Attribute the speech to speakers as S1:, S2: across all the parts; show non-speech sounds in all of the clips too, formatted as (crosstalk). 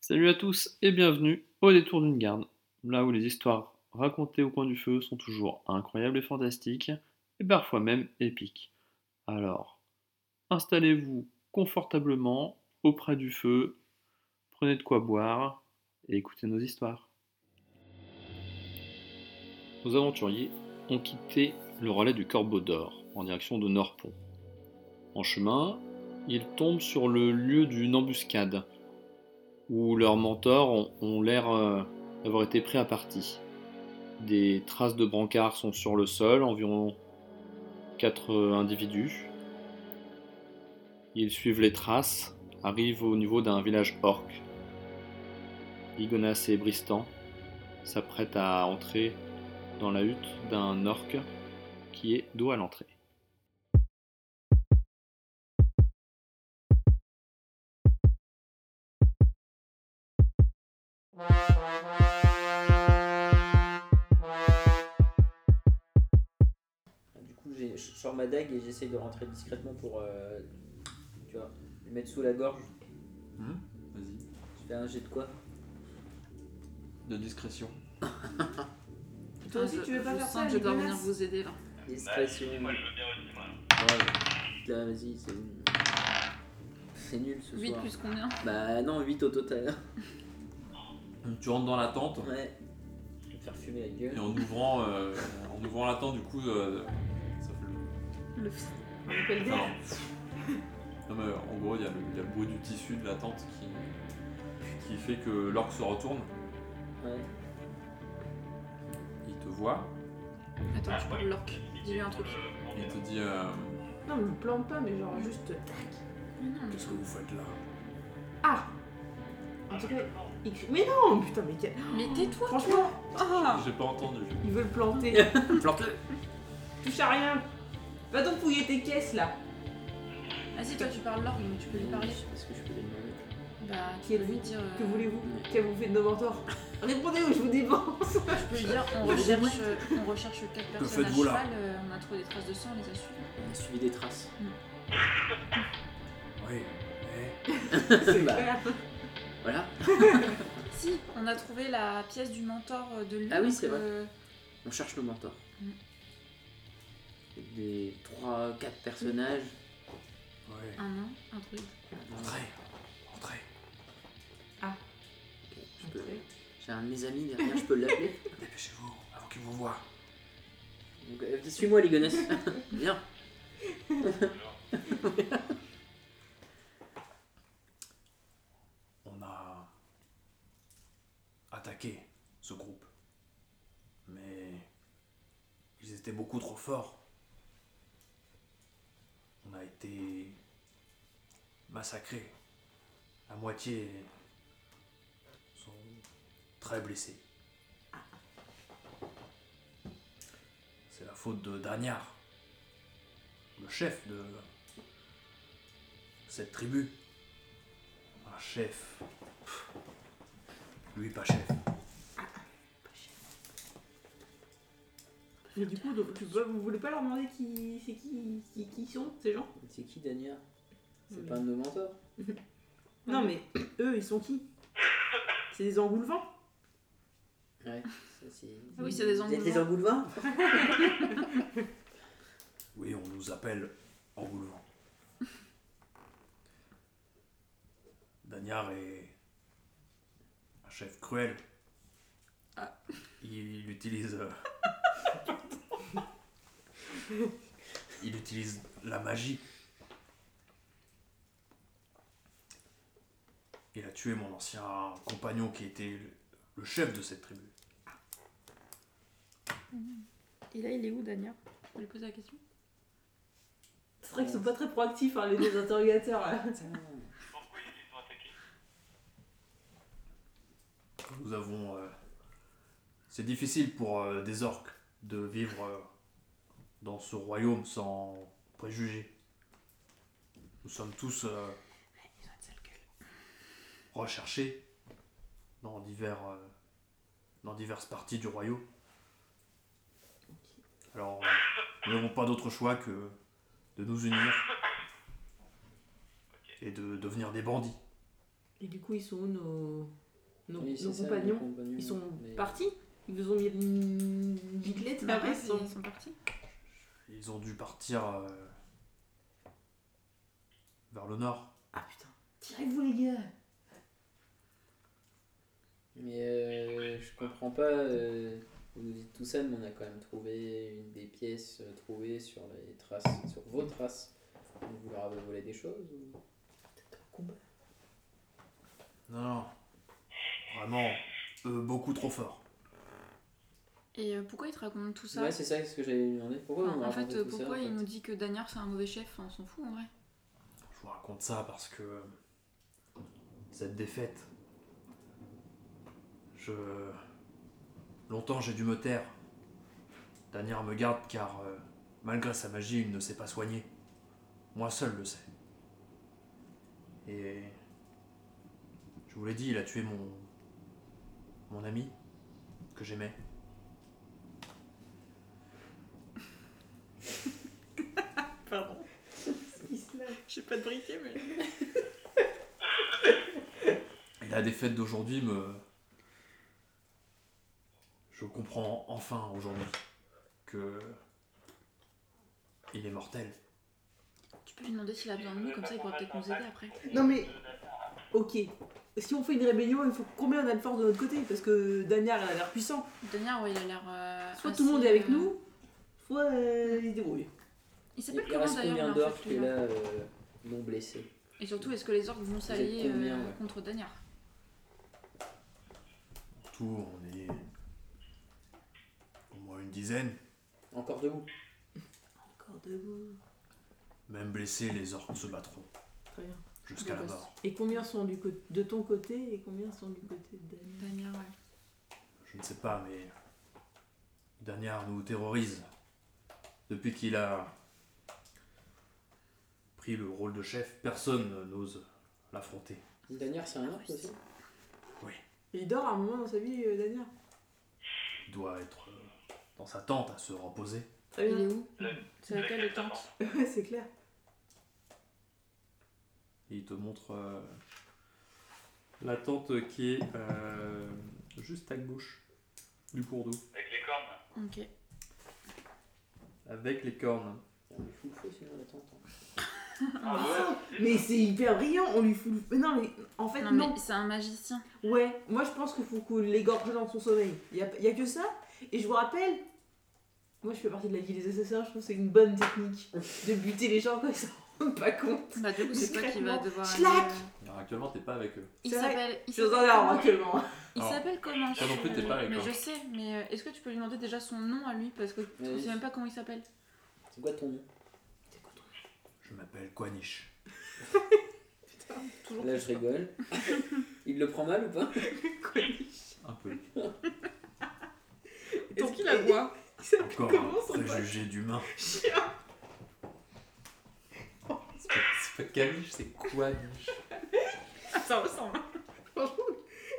S1: Salut à tous et bienvenue au détour d'une garde, là où les histoires racontées au coin du feu sont toujours incroyables et fantastiques, et parfois même épiques. Alors, installez-vous confortablement auprès du feu, prenez de quoi boire et écoutez nos histoires. Nos aventuriers ont quitté le relais du Corbeau d'Or en direction de Nord-Pont. En chemin, ils tombent sur le lieu d'une embuscade où leurs mentors ont, ont l'air euh, d'avoir été pris à partie. Des traces de brancards sont sur le sol, environ 4 individus. Ils suivent les traces, arrivent au niveau d'un village orc. Igonas et Bristan s'apprêtent à entrer dans la hutte d'un orc qui est dos à l'entrée.
S2: Du coup, j'ai- je sors ma dague et j'essaye de rentrer discrètement pour euh, tu vois, le mettre sous la gorge.
S3: Vas-y,
S2: Je fais un jet de quoi
S3: de discrétion.
S4: Toi aussi, tu veux pas faire ça,
S5: Ah, Je dois
S4: Nicolas
S5: venir vous aider là.
S2: Discrétion.
S3: Ouais,
S2: Là, vas-y, c'est C'est nul ce
S5: 8
S2: soir.
S5: plus combien
S2: Bah non, 8 au total. (laughs)
S3: tu rentres dans la tente
S2: Ouais. Je vais me faire fumer la
S3: et
S2: gueule.
S3: en ouvrant, euh, en ouvrant la tente, du coup, euh, ça fait le.
S4: Le f- le
S2: Ah.
S4: pelgrim.
S3: enfin, non, mais en gros, il y, a le il y a le bruit du tissu de la tente qui, qui fait que l'orque se retourne,
S2: Ouais.
S3: il te voit,
S5: Attends, je parle l'orc. Dis-lui un truc.
S3: il te dit euh,
S4: Non, mais me plante pas, mais genre juste euh, tac.
S5: Mais non, mais-
S3: Qu'est-ce que vous faites là
S4: Ah En tout cas, il crie. Mais non Putain, mais quel-
S5: Mais tais-toi
S4: Franchement,
S5: Ah
S3: J'ai pas entendu.
S4: ils veulent planter.
S2: (laughs)
S4: Touche à rien Va donc fouiller tes caisses là
S5: Vas-y, Ah, toi tu parles l'orc, donc tu peux lui parler.
S2: Je sais pas ce que je peux lui demander.
S5: Bah, tu
S4: Qui
S5: peux lui
S4: êtes-vous
S5: dire. euh,
S4: Que voulez-vous Qu'avez-vous fait de nos mentors (laughs) Répondez ou je vous dépense
S5: Tu peux lui dire on recherche, euh, on recherche 4 personnes à
S3: faites-vous là
S5: cheval, euh, on a trouvé des traces de sang, on les a suivies.
S2: On a suivi des traces.
S3: Oui.
S4: (laughs) C'est
S2: Bah.
S4: clair.
S2: Voilà.
S5: Si, on a trouvé la pièce du mentor euh, de lui.
S2: Ah oui,
S5: donc,
S2: c'est vrai.
S5: euh,
S2: On cherche nos mentors.
S5: Mm.
S2: Des 3-4 personnages.
S3: Ouais.
S5: Un nain, un truc. Mm.
S3: Entrez. Entrez.
S2: Je peux- J'ai un de mes amis derrière, je peux l'appeler.
S3: Dépêchez-vous avant qu'il vous voie.
S2: Donc, euh, Vas-y, Suis-moi, les gonesses. Viens.
S3: on a attaqué ce groupe. Mais ils étaient beaucoup trop forts. On a été massacrés. La moitié sont très blessés. C'est la faute de Dagnard, le chef de cette tribu. Un chef. Pff. Lui, pas chef.
S4: Mais du coup, donc, tu vois, vous voulez pas leur demander qui c'est qui, qui, qui sont ces gens
S2: C'est qui, Dania C'est
S4: Oui.
S2: pas un de nos mentors.
S4: Non mais eux, ils sont qui (laughs) C'est des engoulevents
S2: Ouais, ça c'est.
S5: Ah oui, c'est des
S2: Vous êtes des
S5: engoulevents.
S2: engoulevins
S3: Oui, on nous appelle Engoulevent. (laughs) Dagnard est un chef cruel. Il, il utilise. euh, il utilise la magie. Il a tué mon ancien compagnon qui était le- le chef de cette tribu.
S5: Et là, il est où, Dania On lui poser la question.
S4: C'est vrai qu'ils sont pas très proactifs, hein, les (laughs) deux interrogateurs là.
S2: Ah,
S3: Nous avons. euh, C'est difficile pour euh, des orques de vivre euh, dans ce royaume sans préjugés. Nous sommes tous euh,
S5: Ils ont une sale gueule.
S3: recherchés dans, divers, euh, dans diverses parties du royaume. Alors, euh, nous n'avons pas d'autre choix que de nous unir et de devenir des bandits.
S4: Et du coup, ils sont où nos, nos,
S2: Oui, c'est
S4: nos
S2: ça, les
S4: compagnons
S2: compagnons,
S4: Ils sont
S2: mais-
S4: partis Ils vous ont mis une giclette là
S5: ouais,
S4: ils sont-
S5: ils sont partis.
S3: Ils ont dû partir euh, vers le nord.
S4: Ah putain. Tirez-vous les gars
S2: Mais euh, je comprends pas. euh, vous nous dites tout ça, mais on a quand même trouvé une des pièces euh, trouvées sur les traces, sur vos traces. Donc, vous leur avez volé des choses ou-
S4: Combat.
S3: Non, non. Vraiment, eux, beaucoup trop fort.
S5: Et euh, pourquoi ils te racontent tout ça
S2: Ouais, c'est ça ce que j'avais demandé. Pourquoi on
S5: Enfin,
S2: a
S5: En fait,
S2: raconté
S5: euh,
S2: tout ça,
S5: pourquoi
S2: en
S5: il
S2: fait
S5: nous dit que Danyar c'est un mauvais chef Enfin, On s'en fout en vrai.
S3: Je vous raconte ça parce que euh, cette défaite, je longtemps j'ai dû me taire. Daniel me garde car euh, malgré sa magie, il ne s'est pas soigné. Moi seul le sais. Et je vous l'ai dit, il a tué mon mon ami que j'aimais.
S5: Pardon. J'ai pas de briquet, mais.
S3: Et la défaite d'aujourd'hui me. Je comprends enfin aujourd'hui que. Il est mortel.
S5: Tu peux lui demander s'il a besoin de nous, comme ça il pourra peut-être nous aider après.
S4: Non mais. Ok. Si on fait une rébellion, il faut combien on a de force de notre côté Parce que Danyar elle a l'air puissant.
S5: Danyar, ouais, il a l'air. euh,
S4: Soit
S5: assez,
S4: tout le monde est avec
S5: euh,
S4: nous, soit euh, il se débrouille.
S5: Il
S2: Il
S5: s'appelle
S2: il
S5: comment
S2: reste combien
S5: d'ailleurs là, en
S2: d'or
S5: fait,
S2: que
S5: lui, là
S2: là euh, non blessé
S5: Et surtout, est-ce que les orques vont
S2: êtes
S5: s'allier
S2: combien,
S5: euh,
S2: ouais
S5: contre Danyar
S3: En Tout, on est. Au moins une dizaine.
S2: Encore debout.
S4: Encore debout.
S3: Même blessés, les orques se battront.
S4: Très bien.
S3: Jusqu'à la
S5: Bah,
S3: mort.
S4: Et combien sont du côté de ton côté et combien sont du côté de Danyar
S5: Danyar, ouais.
S3: Je ne sais pas, mais. Danyar nous terrorise. Depuis qu'il a. pris le rôle de chef, personne n'ose l'affronter.
S2: Daniel,
S5: Ah
S2: c'est un orc aussi
S4: Il dort à un moment dans sa vie, euh, Danyar.
S3: Il doit être euh, dans sa tente à se reposer.
S4: Très
S5: Il est
S4: bien.
S5: où C'est laquelle les tentes
S4: (laughs) Ouais, c'est clair.
S6: Et il te montre euh, la tente qui est euh, juste à gauche du cours d'eau,
S7: Avec les cornes.
S5: Ok.
S6: avec les cornes.
S2: On lui fout le feu sinon la tente. hein.
S7: Ah ouais
S4: Mais c'est hyper brillant, on lui fout le... Mais Non mais en fait
S5: Non,
S4: non.
S5: mais c'est un magicien.
S4: Ouais, moi je pense qu'il faut qu'on l'égorge dans son sommeil. Il y a, y a que ça. Et je vous rappelle, moi je fais partie de la guilde des assassins, je trouve que c'est une bonne technique de buter les gens quand ils s'en rendent pas compte.
S5: Bah, du coup, c'est toi qui vas
S4: Discrètement.
S5: devoir. aller,
S4: Schlack
S5: euh,
S6: Alors actuellement, t'es pas
S3: euh,
S6: avec eux.
S5: Il
S4: C'est vrai,
S5: s'appelle. il
S4: Je suis dans
S5: s'appelle
S4: un arbre
S5: comment
S4: actuellement.
S5: Il
S6: Alors,
S5: s'appelle comment
S6: toi non plus,
S5: je-
S6: t'es pas avec
S5: Mais
S6: moi.
S5: je sais, mais euh, est-ce que tu peux lui demander déjà son nom à lui Parce que on
S2: Oui.
S5: sait même pas comment il s'appelle.
S2: C'est quoi ton nom
S3: Je m'appelle Quanish.
S5: Toujours.
S2: Là, je rigole.
S4: (laughs)
S2: Il le prend mal ou pas
S6: Un peu.
S4: Est-ce qu'il la (laughs)
S5: voit
S3: Encore
S4: Comment
S3: un
S4: son pote
S3: préjugé d'humain.
S6: C'est pas Camiche, c'est quoi Niche
S5: Ça ressemble.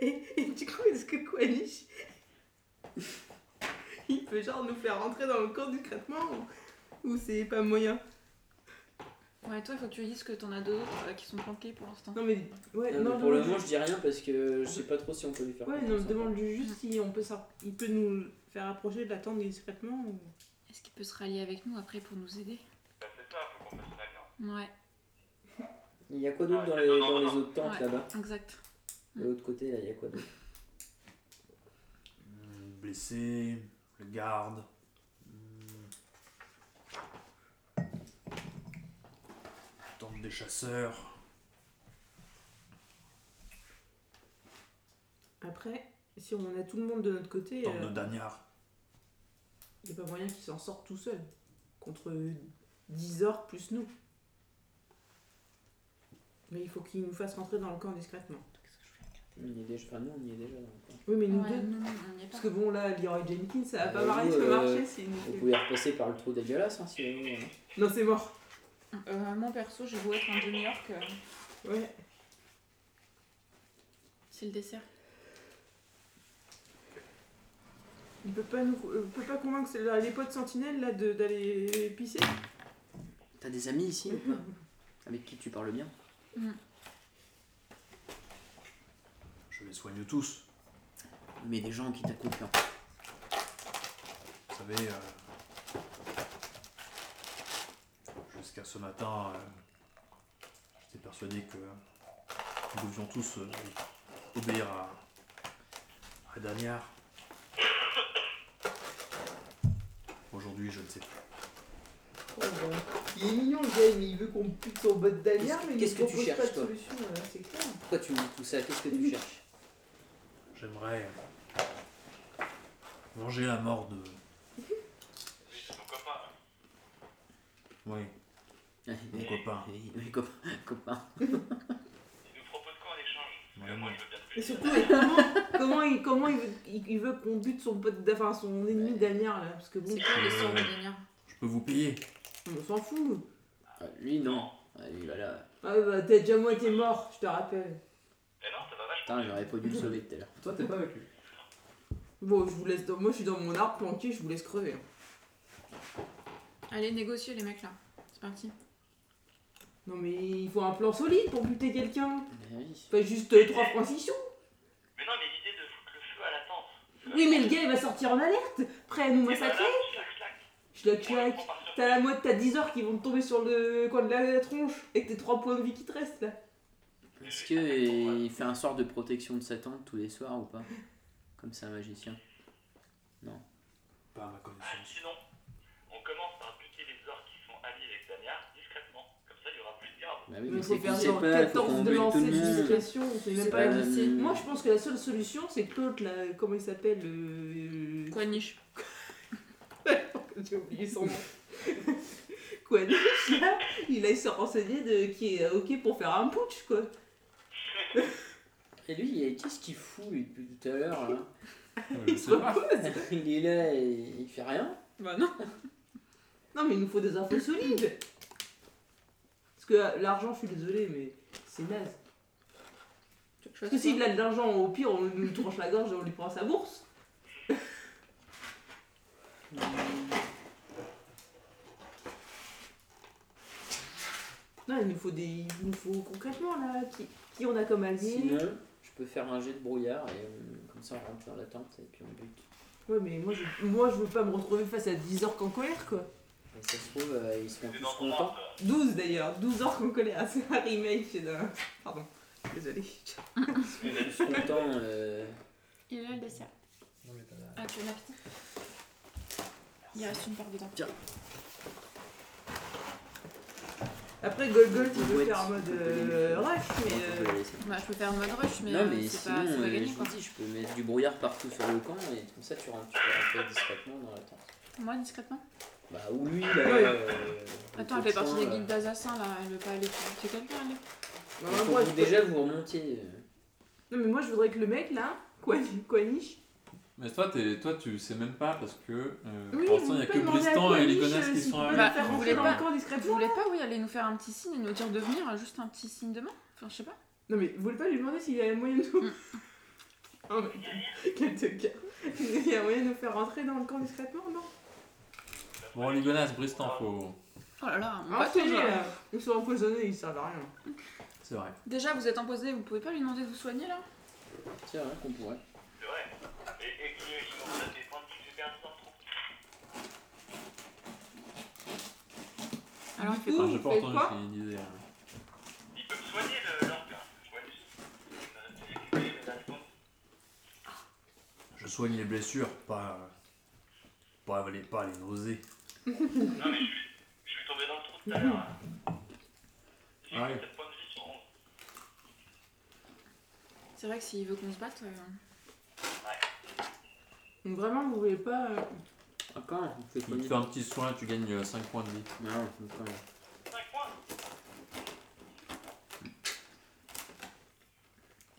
S4: Et, et tu crois, est-ce que Quanish (laughs) il peut genre nous faire rentrer dans le corps discrètement ou, ou c'est pas moyen
S5: Ouais, toi, il faut que tu lui dises que t'en as deux autres euh, qui sont planqués pour l'instant.
S4: Non mais ouais,
S2: Non, mais
S4: non,
S2: Pour le
S4: demande-
S2: moment, je dis rien parce que je sais pas trop si on peut lui faire
S4: Ouais, non,
S2: confiance encore.
S4: demande-lui juste si on peut ça. Il peut nous faire approcher de la tente discrètement ou...
S5: Est-ce qu'il peut se rallier avec nous après pour nous aider
S7: Bah, c'est ça, faut qu'on fasse une alliance.
S5: Ouais,
S2: Il y a quoi d'autre dans les, dans les autres tentes
S5: Ouais.
S2: là-bas
S5: exact.
S2: De l'autre côté, là, il y a quoi d'autre
S3: Hmm, Blessé, le garde. hmm, Tente des chasseurs.
S4: Après, si on a tout le monde de notre côté,
S3: Tente de
S4: il
S3: Danyar.
S4: n'y a pas moyen qu'il s'en sorte tout seul. Contre 10 orques plus nous. Mais il faut qu'il nous fasse rentrer dans le camp discrètement.
S2: On y est déjà. Enfin, nous, on y est déjà. Dans le camp.
S4: Oui, mais nous
S5: Ouais,
S4: deux.
S5: non, non, on n'y est pas.
S4: Parce que bon, là, Leroy Jenkins, ça va
S2: Euh,
S4: pas marcher,
S2: vous,
S4: ça
S2: euh,
S4: va marcher s'il nous
S2: Vous
S4: fait-
S2: pouvez repasser par le trou dégueulasse hein, si jamais. hein.
S4: Non, c'est mort.
S5: Euh, moi, perso, j'ai voulu être un euh. demi-heure que
S4: Ouais.
S5: c'est le dessert.
S4: Il peut pas nous. euh, peut pas convaincre là, les potes sentinelles là de- d'aller pisser.
S2: T'as des amis ici ou pas Avec qui tu parles bien
S3: soigne tous.
S2: Mais des gens qui t'a confiance.
S3: Vous savez, euh, jusqu'à ce matin, euh, j'étais persuadé que nous devions tous euh, obéir à, à Danyar. Aujourd'hui, je ne sais plus.
S4: Oh, bah. Il est mignon le gars, mais il veut qu'on pute son bot d'allier,
S2: Qu'est-ce-
S4: mais il
S2: qu'est-ce
S4: ne
S2: que tu
S4: propose pas
S2: cherches,
S4: de
S2: toi
S4: solution, voilà, c'est clair.
S2: Pourquoi tu me dis tout ça Qu'est-ce que tu cherches (laughs)
S3: J'aimerais manger la mort de.
S7: Oui, c'est mon copain. hein.
S3: Oui, mon copain.
S2: Oui, oui, cop- copain.
S7: Il nous propose quoi en échange
S3: Ouais, moi.
S7: Le moi, il veut bien
S4: Et
S7: plus.
S4: surtout, mais comment, comment, il, comment il veut, il- il veut qu'on bute son pote, d'a- enfin son ennemi Damien là Parce que bon,
S5: C'est quoi les
S3: Ouais,
S5: sorts Oh, de
S3: ouais.
S5: Daniel
S3: Je peux vous payer.
S4: on s'en fout. nous.
S2: Ah, lui, non. Ah, lui, voilà.
S4: Ah bah t'es déjà moitié mort, je te rappelle.
S7: Eh non, ça va vachement.
S2: Putain, j'aurais pas dû le sauver tout à l'heure.
S6: Toi, t'es pas avec lui.
S4: Bon, je vous laisse dans, moi je suis dans mon arbre planqué, je vous laisse crever. hein.
S5: Allez, négocier les mecs là. C'est parti.
S4: Non mais il faut un plan solide pour buter quelqu'un.
S2: Mais Eh oui.
S4: Pas juste euh, trois francs six sous.
S7: Mais non, mais l'idée de foutre le feu à la tente.
S4: Oui mais le gars il va sortir en alerte, prêt à nous
S7: Eh ben là,
S4: massacrer.
S7: clac, clac,
S4: Je le
S7: on le
S4: claque.
S7: prend par surprise.
S4: T'as la moitié, t'as 10 heures qui vont te tomber sur le coin de la, la tronche. Avec tes trois points de vie qui te restent là.
S2: Est-ce qu'il fait un sort de protection de sa tente tous les soirs ou pas Comme c'est un magicien.
S3: Pas à ma
S7: Ah,
S3: connaissance.
S7: Sinon, on commence par buter les orques qui sont alliés avec Danyar discrètement. Comme ça, il y aura plus de garde.
S2: Bah oui,
S4: Il faut
S2: c'est
S4: faire
S2: qu'on
S4: genre
S2: sait pas, faut qu'on
S4: 14 de
S2: bute tout
S4: lancer
S2: le
S4: de
S2: monde.
S4: discrétion, on sait même pas
S2: pas,
S4: qui c'est.
S2: euh,
S4: Moi je pense que la seule solution c'est que l'autre là, comment il s'appelle euh...
S5: Quoi, niche
S4: (laughs) J'ai oublié son nom. (laughs) quoi Nietzsche, là, il aille se renseigner de qui est euh, ok pour faire un putsch quoi.
S2: Et lui, il- qu'est-ce qu'il fout lui depuis tout à l'heure
S5: (laughs)
S2: là
S6: Je sais pas.
S2: Il est là et il fait rien
S5: Bah non.
S4: Non mais il nous faut des infos solides. Parce que euh, l'argent, je suis désolé mais c'est naze.
S5: Tu veux que je
S4: Parce
S5: fasse
S4: que s'il
S5: quoi
S4: a de l'argent, au pire on nous tranche la gorge et on lui prend sa bourse. Non, il nous faut des. Il nous faut concrètement là. Qui, qui on a comme allié
S2: Sinon, je peux faire un jet de brouillard et on- comme ça on rentre dans la tente et puis on bute.
S4: Ouais, mais moi je, moi je veux pas me retrouver face à 10 orques en colère quoi.
S2: Et ça se trouve, euh, ils seront
S7: C'est
S2: tous
S7: dans ton
S2: contents.
S7: ordre, là.
S4: 12 d'ailleurs, 12 orques en colère, (laughs) c'est un remake d'un. Pardon, désolé.
S2: Ils seront tous contents. euh,
S5: Il est là le dessert.
S6: Non, mais t'as la-
S5: Ah, tu veux la pizza Il reste une part dedans.
S4: Après, Golgol, tu veux
S2: Ouais,
S4: faire en
S2: tu
S4: mode
S2: peux
S4: euh,
S2: pas les-
S4: rush, mais.
S2: tu peux
S4: euh,
S2: les laisser.
S5: Bah, je peux faire mode rush, mais,
S2: non,
S5: euh,
S2: mais
S5: c'est
S2: sinon,
S5: pas, c'est pas
S2: euh,
S5: gagné
S2: je
S5: quoi.
S2: vous dis, je peux mettre du brouillard partout sur le camp et comme ça tu rentres, tu peux rentrer discrètement dans la tente.
S5: Moi, discrètement.
S2: Bah, ou lui, là.
S4: Ouais.
S2: euh,
S5: Attends,
S2: le euh,
S5: elle fait
S2: cochon,
S5: partie des
S2: là.
S5: guides d'assassins là. Elle veut pas aller. C'est quelqu'un, elle
S4: non,
S2: Il
S4: non,
S2: faut
S4: Ah, moi,
S2: que
S4: je-
S2: vous- déjà vous remontiez. euh,
S4: non, mais moi je voudrais que le mec là, quoi, quoi niche
S6: Mais toi, t'es- toi, tu sais même pas parce que euh,
S4: Oui,
S6: pour l'instant,
S4: vous
S6: il n'y a que
S4: pouvez demander à
S6: Bristan et
S4: Quaniche,
S6: Ligonas
S4: euh,
S6: qui
S4: s'il
S6: sont
S4: peut
S6: avec
S5: Bah,
S4: le faire
S5: vous
S4: rentrer
S5: voulez
S4: dans
S5: pas
S4: le camp
S5: Vous
S4: discrètement
S5: voulez pas, oui, aller nous faire un petit signe et nous dire de venir, euh, juste un petit signe demain Enfin, je sais pas.
S4: Non, mais vous voulez pas lui demander s'il y a moyen de
S5: (laughs)
S4: nous.
S5: Mm.
S4: Ah, mais quel de gars. Il y a moyen de nous faire rentrer dans le camp discrètement, non
S6: Bon, Ligonas, Bristan, faut.
S5: Oh là là, on
S4: Ah,
S5: va
S4: c'est
S5: tous, là.
S4: euh, Ils sont empoisonnés, ils servent à rien.
S6: C'est vrai.
S5: Déjà, vous êtes emposé, vous pouvez pas lui demander de vous soigner là
S2: Tiens, hein, qu'on pourrait.
S7: C'est vrai. Et, et qu'il il nous donne des points de super dans le trou.
S5: Alors, il fait
S6: Ah,
S4: Ouh,
S5: quoi
S6: J'ai
S4: vous
S6: pas
S4: faites
S6: entendu
S4: quoi
S6: ce qu'il disait. hein.
S7: Il peut me soigner le l'orque. hein. Ouais, je- euh, mais là, je pense-
S3: Je soigne les blessures, pas, pas, les, pas les nausées.
S7: Non, mais je, suis- je suis tombé dans le trou tout à l'heure. hein. J'ai
S6: Ah oui.
S7: eu sept points de vie sur onze.
S5: C'est vrai que s'il veut qu'on se batte. euh,
S4: Donc vraiment, vous voulez pas. euh,
S2: Ah, quand même, on fait
S6: Tu te fais
S2: combien
S6: un petit soin, tu gagnes 5 points de vie.
S2: Non, on fait quand même.
S7: Cinq points.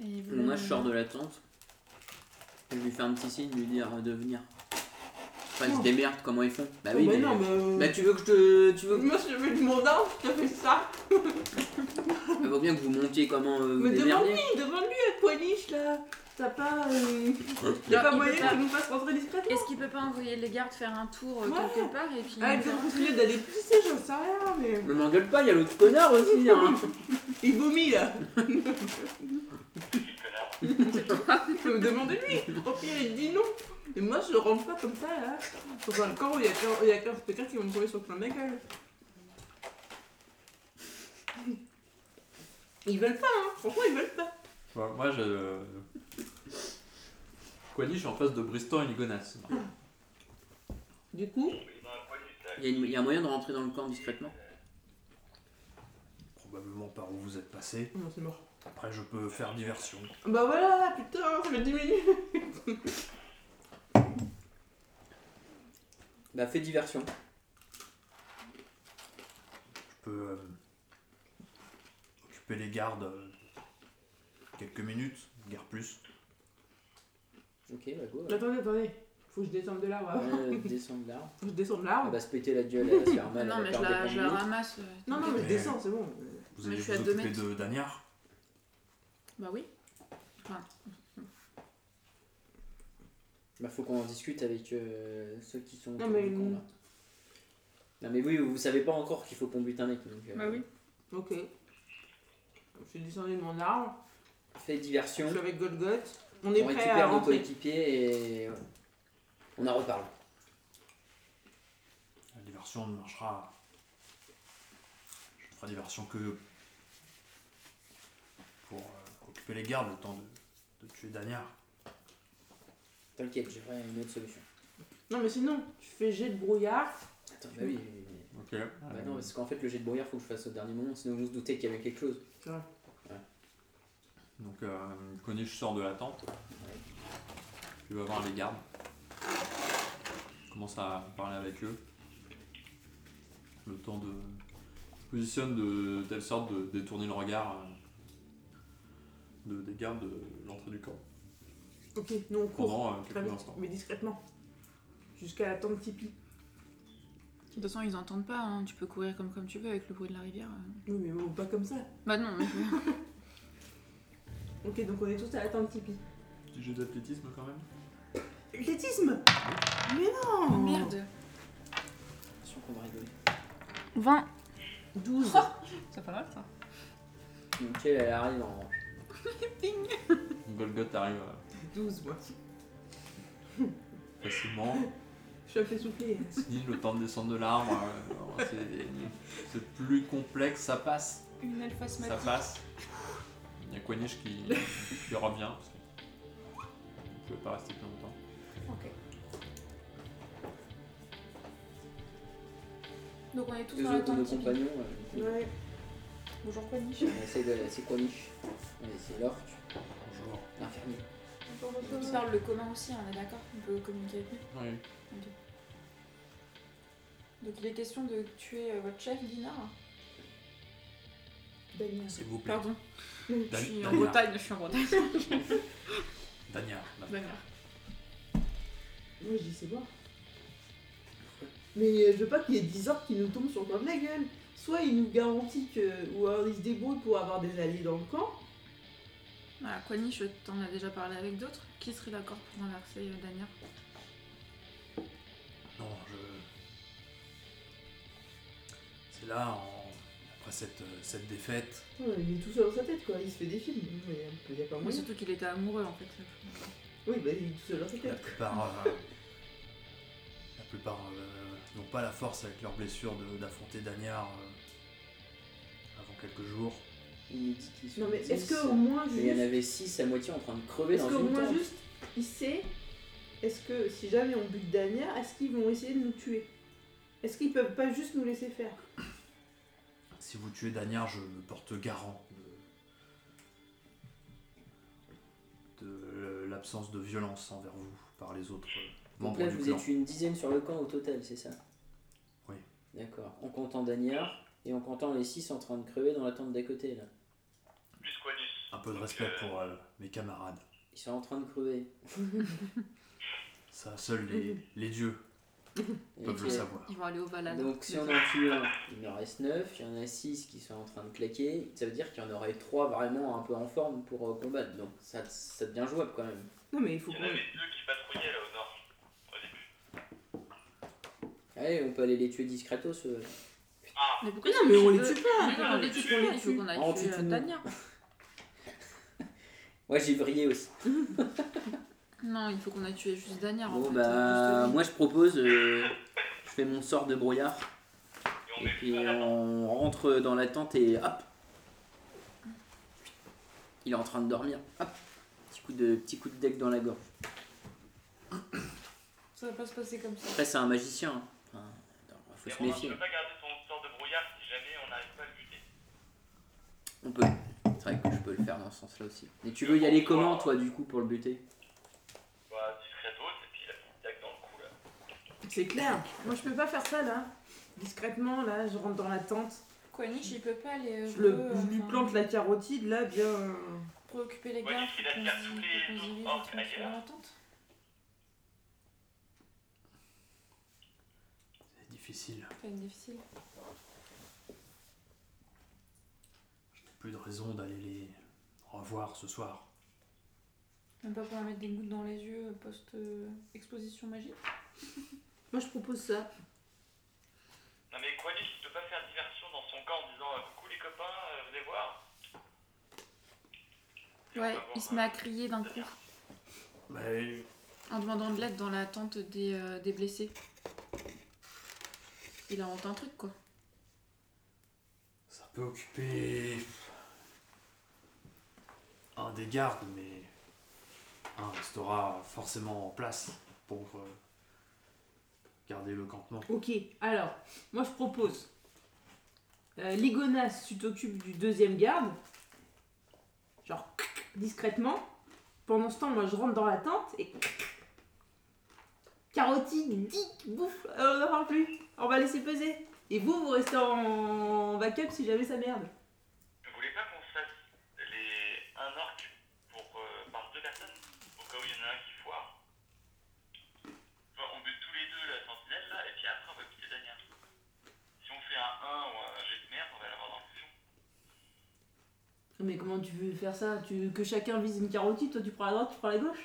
S5: et il
S2: Donc,
S5: veut-
S2: Moi, je sors de la tente. Je lui fais un petit signe, lui dire euh, de venir. Enfin, ils se
S4: Non.
S2: démerdent, comment ils font Bah
S4: Mmh. oh,
S2: oui,
S4: bah
S2: mais-
S4: non, mais. euh,
S2: Bah, tu veux que je te. Tu veux que-
S4: Moi, si je veux mon arbre, je te fais ça.
S2: Il vaut bien que vous montiez comment euh, vous
S4: Mais
S2: démerdez.
S4: Demande-lui à Poiniche là. T'as pas. Euh...
S5: Non,
S4: Y'a pas
S5: il peut
S4: moyen
S5: pas.
S4: qu'il nous fasse rentrer
S5: euh,
S4: discrètement.
S5: Est-ce qu'il peut pas envoyer les gardes faire un tour euh,
S4: Ouais.
S5: quelque part et puis.
S4: Ah,
S5: nous
S4: il peut
S5: faire
S4: nous
S5: rentrer
S4: prier d'aller pisser, j'en sais rien, mais.
S2: Ne m'engueule pas, il y a l'autre connard
S4: (laughs)
S2: aussi. Hein.
S4: Il vomit là.
S7: Petit connard.
S4: peux me demander lui. Au pire, il dit non. Et moi, je rentre pas comme ça, là. Dans un camp où il y a 15 il y a 15 pétards qui vont me tomber sur le plein de la gueule. Ils veulent pas, hein. Franchement, ils veulent pas.
S6: Enfin, moi, je. Quoi dit, je suis en face de Bristan et Ligonas.
S4: Du coup,
S2: Il y, a une- il y a un moyen de rentrer dans le camp discrètement.
S3: Probablement par où vous êtes passé.
S4: oh non, c'est mort.
S3: Après, je peux faire diversion.
S4: Bah voilà, putain, je le diminue.
S2: Bah, fais diversion.
S3: Je peux euh, occuper les gardes euh, quelques minutes, guère plus.
S2: Ok, bah go. ouais.
S4: Attendez, attendez. Faut que je descende de l'arbre. avant.
S2: Ouais, descends de l'arbre.
S4: Faut que je descende de
S2: Elle
S4: l'arbre.
S2: va se péter la gueule, elle va se faire
S5: Ah
S2: mal.
S5: non,
S2: elle va
S5: mais je
S2: perdre
S5: la,
S2: des points
S5: je
S2: de
S5: la
S2: vie.
S5: ramasse. euh,
S4: Non, non, mais je
S3: Mais-
S4: descends, c'est bon.
S3: Vous
S5: Mais je
S3: allez vous
S5: suis à deux
S3: occuper
S5: mètres.
S3: de Danyar
S5: Bah oui. Enfin,
S2: Bah, faut qu'on en discute avec euh, ceux qui sont
S4: Non,
S2: autour
S4: mais-
S2: du camp, là. Non, mais oui, vous savez pas encore qu'il faut qu'on bute un mec. donc, euh,
S5: bah oui.
S4: Ok. Je suis descendu de mon arbre.
S2: Fais diversion.
S4: Je suis avec Golgoth. On est
S2: On
S4: prêt à
S2: récupère nos
S4: rentrer.
S2: coéquipiers et on en reparle.
S3: La diversion ne marchera. Je ne ferai diversion que pour euh, occuper les gardes le temps de, de tuer Danyar.
S2: T'inquiète, j'ai pas une autre solution.
S4: Non, mais sinon, tu fais jet de brouillard.
S2: Attends, bah oui. oui, oui.
S6: Ok.
S2: Bah non, parce qu'en fait, le jet de brouillard, faut que je fasse au dernier moment, sinon on se doutait qu'il y avait quelque chose.
S4: C'est vrai.
S6: Donc, euh, Konish sort de la tente. Tu vas voir les gardes. Commence à parler avec eux. Le temps de. Je positionne de telle sorte de détourner le regard euh, de, des gardes de l'entrée du camp
S4: Ok, nous on court.
S6: pendant euh,
S4: Très
S6: quelques
S4: vite,
S6: instants.
S4: mais discrètement. Jusqu'à la tente Tipeee.
S5: De toute façon, ils entendent pas. hein. Tu peux courir comme, comme tu veux avec le bruit de la rivière. euh.
S4: Oui, mais bon, pas comme ça.
S5: Bah non. mais-
S4: Ok, donc on est tous à la tente Tipeee.
S6: Petit jeu d'athlétisme quand même.
S4: Athlétisme Mais non
S5: Oh, (laughs) merde.
S2: Attention qu'on va rigoler.
S5: 20.
S4: 12.
S5: C'est pas mal ça.
S2: Ok, elle arrive en.
S6: Golgoth arrive euh,
S4: 12, moi.
S6: facilement.
S4: Je suis un peu soufflé.
S6: Ni le temps de descendre de l'arbre. euh, alors, c'est- C'est plus complexe, ça passe.
S5: Une alpha
S6: Ça passe. Il y a Quenish qui, qui revient. Parce que je ne pas rester plus longtemps.
S5: Donc on est tous
S2: Deux
S5: dans la
S2: autres de nos
S5: tente Tipeee.
S2: compagnons. euh,
S4: Ouais.
S5: Bonjour quoi, Niche.
S2: On essaie de. C'est quoi Mich Allez, C'est l'orque,
S6: Bonjour.
S2: l'infirmier.
S5: Ils parlent le commun aussi, hein, on est d'accord On peut communiquer avec lui.
S6: Oui.
S5: Donc il est question de tuer euh, votre chef, Dinard.
S6: S'il vous plaît.
S5: Pardon, je suis en
S6: Danyar.
S5: Bretagne, je suis
S2: (laughs)
S5: en Bretagne.
S6: Danyar.
S5: D'accord.
S4: Moi je dis c'est bon. Mais euh, je veux pas qu'il y ait 10 orques qui nous tombent sur le coin de la gueule. Soit il nous garantit que. Ou alors il se débrouille pour avoir des alliés dans le camp.
S5: Voilà, Quaniche, t'en as déjà parlé avec d'autres. Qui serait d'accord pour renverser euh, Danyar
S3: Non, je. C'est là, en- après cette, euh, cette défaite,
S4: Ouais, il est tout seul dans sa tête quoi, il se fait des films. Mais euh, il y a pas
S5: Oui,
S4: moyen.
S5: surtout qu'il était amoureux en fait.
S4: Oui, bah il est tout seul dans sa
S3: la
S4: tête.
S3: plupart. euh, la plupart euh, n'ont pas la force avec leurs blessures de- d'affronter Danyar euh, avant quelques jours.
S2: Il nous dit qu'ils sont
S4: Non mais est-ce
S2: dix.
S4: qu'au moins
S2: Mais Il y en
S4: juste.
S2: avait 6 à moitié en train de crever
S4: Est-ce
S2: dans
S4: qu'au
S2: une
S4: moins
S2: tente.
S4: juste il sait. Est-ce que si jamais on bute Dania, est-ce qu'ils vont essayer de nous tuer Est-ce qu'ils peuvent pas juste nous laisser faire
S3: Si vous tuez Danyar, je me porte garant de, de l'absence de violence envers vous par les autres euh,
S2: Donc
S3: membres
S2: là,
S3: du
S2: vous
S3: clan.
S2: êtes une dizaine sur le camp au total, c'est ça
S3: Oui.
S2: D'accord. En comptant Danyar et en comptant les 6 en train de crever dans la tente d'à côté, là.
S7: Plus Quanis.
S3: Un peu de respect pour euh, mes camarades.
S2: Ils sont en train de crever.
S3: Ça, seuls
S2: Mhm.
S3: les, les dieux
S2: Et
S3: peuvent
S5: que-
S3: le savoir.
S5: Ils vont aller au Valhalla.
S2: euh, Donc si on en tue un, il en reste 9, il y en a 6 qui sont en train de claquer, ça veut dire qu'il y en aurait 3 vraiment un peu en forme pour euh, combattre, donc ça, ça devient jouable quand même.
S4: Non mais il faut
S7: Il y en
S4: qu'on.
S7: avait deux qui patrouillaient là au nord. Au début.
S2: Allez, on peut aller les tuer discretos. euh.
S7: Ah
S5: Mais pourquoi
S4: Non, mais on les tue
S5: pas
S7: non,
S5: on
S7: on
S5: les
S7: les
S5: tue
S7: tue
S5: pas,
S4: pas,
S5: il faut qu'on euh,
S2: Ah, on
S5: aille
S2: tue
S5: tuer
S2: tout
S5: euh,
S2: le monde.
S5: Danyar.
S2: Moi j'ai vrillé aussi.
S5: Non, il faut qu'on a tué juste Daniel en
S2: Bon
S5: fait.
S2: bah
S5: hein, Juste-
S2: moi je propose, euh, je fais mon sort de brouillard et puis euh, on rentre dans la tente et hop, il est en train de dormir. Hop, petit coup de petit coup de deck dans la gorge.
S5: Ça va pas se passer comme ça.
S2: Après c'est un magicien. hein. Enfin, attends, faut se
S7: on ne
S2: méfier.
S7: peut pas garder son sort de brouillard si jamais on n'arrive pas à le buter.
S2: On peut. C'est vrai que je peux le faire dans ce sens-là aussi. Mais tu veux y aller comment toi du coup pour le buter
S7: Bah, discretos, et puis la petite tac dans le cou là.
S4: C'est clair. Moi, je peux pas faire ça là. Discrètement, là, je rentre dans la tente.
S5: Quanish, il peut pas aller. euh,
S4: Je, le-
S5: bleu,
S4: je lui
S5: enfin,
S4: plante la carotide là, bien. euh,
S5: Préoccuper les
S7: Ouais,
S5: gars.
S7: il a
S5: faut qu'on-
S7: déjà soufflé
S5: faut qu'on
S7: les
S5: se dirige
S7: orques
S5: doucement sur
S7: ailleurs.
S5: la tente.
S3: C'est difficile.
S5: Ça va être difficile.
S3: J'ai plus de raison d'aller les revoir ce soir.
S5: Même pas pour leur mettre des gouttes dans les yeux euh, post-exposition magique.
S4: (laughs) Moi, je propose ça.
S7: Non mais Quanish, il ne peut pas faire diversion dans son camp en disant euh, coucou les copains, euh, venez voir. Et on
S5: Ouais,
S7: va voir,
S5: il se
S7: euh,
S5: met à crier d'un coup
S3: Mais
S5: en demandant de l'aide dans la tente des, euh, des blessés. Il a inventé un truc quoi.
S3: ça peut occuper un des gardes, mais un restera forcément en place pour euh, garder le campement.
S4: Ok, alors, moi, je propose. Euh, Ligonas, tu t'occupes du deuxième garde. Genre, (laughs) discrètement. Pendant ce temps, moi, je rentre dans la tente et. (laughs) Carotide, dick, bouffe, euh, on n'en parle plus. On va laisser peser. Et vous, vous restez en backup si jamais ça merde.
S7: Vous voulez euh, pas qu'on fasse les... un orc pour, euh, par deux personnes Au cas où il y en a un qui foire. Enfin, on bute tous les deux la sentinelle là, et puis après on va buter Dania. Si on fait un 1 ou un jet de merde, on va l'avoir dans le fusion.
S4: Mais comment tu veux faire ça tu, Que chacun vise une carotide, toi tu prends la droite, tu prends la gauche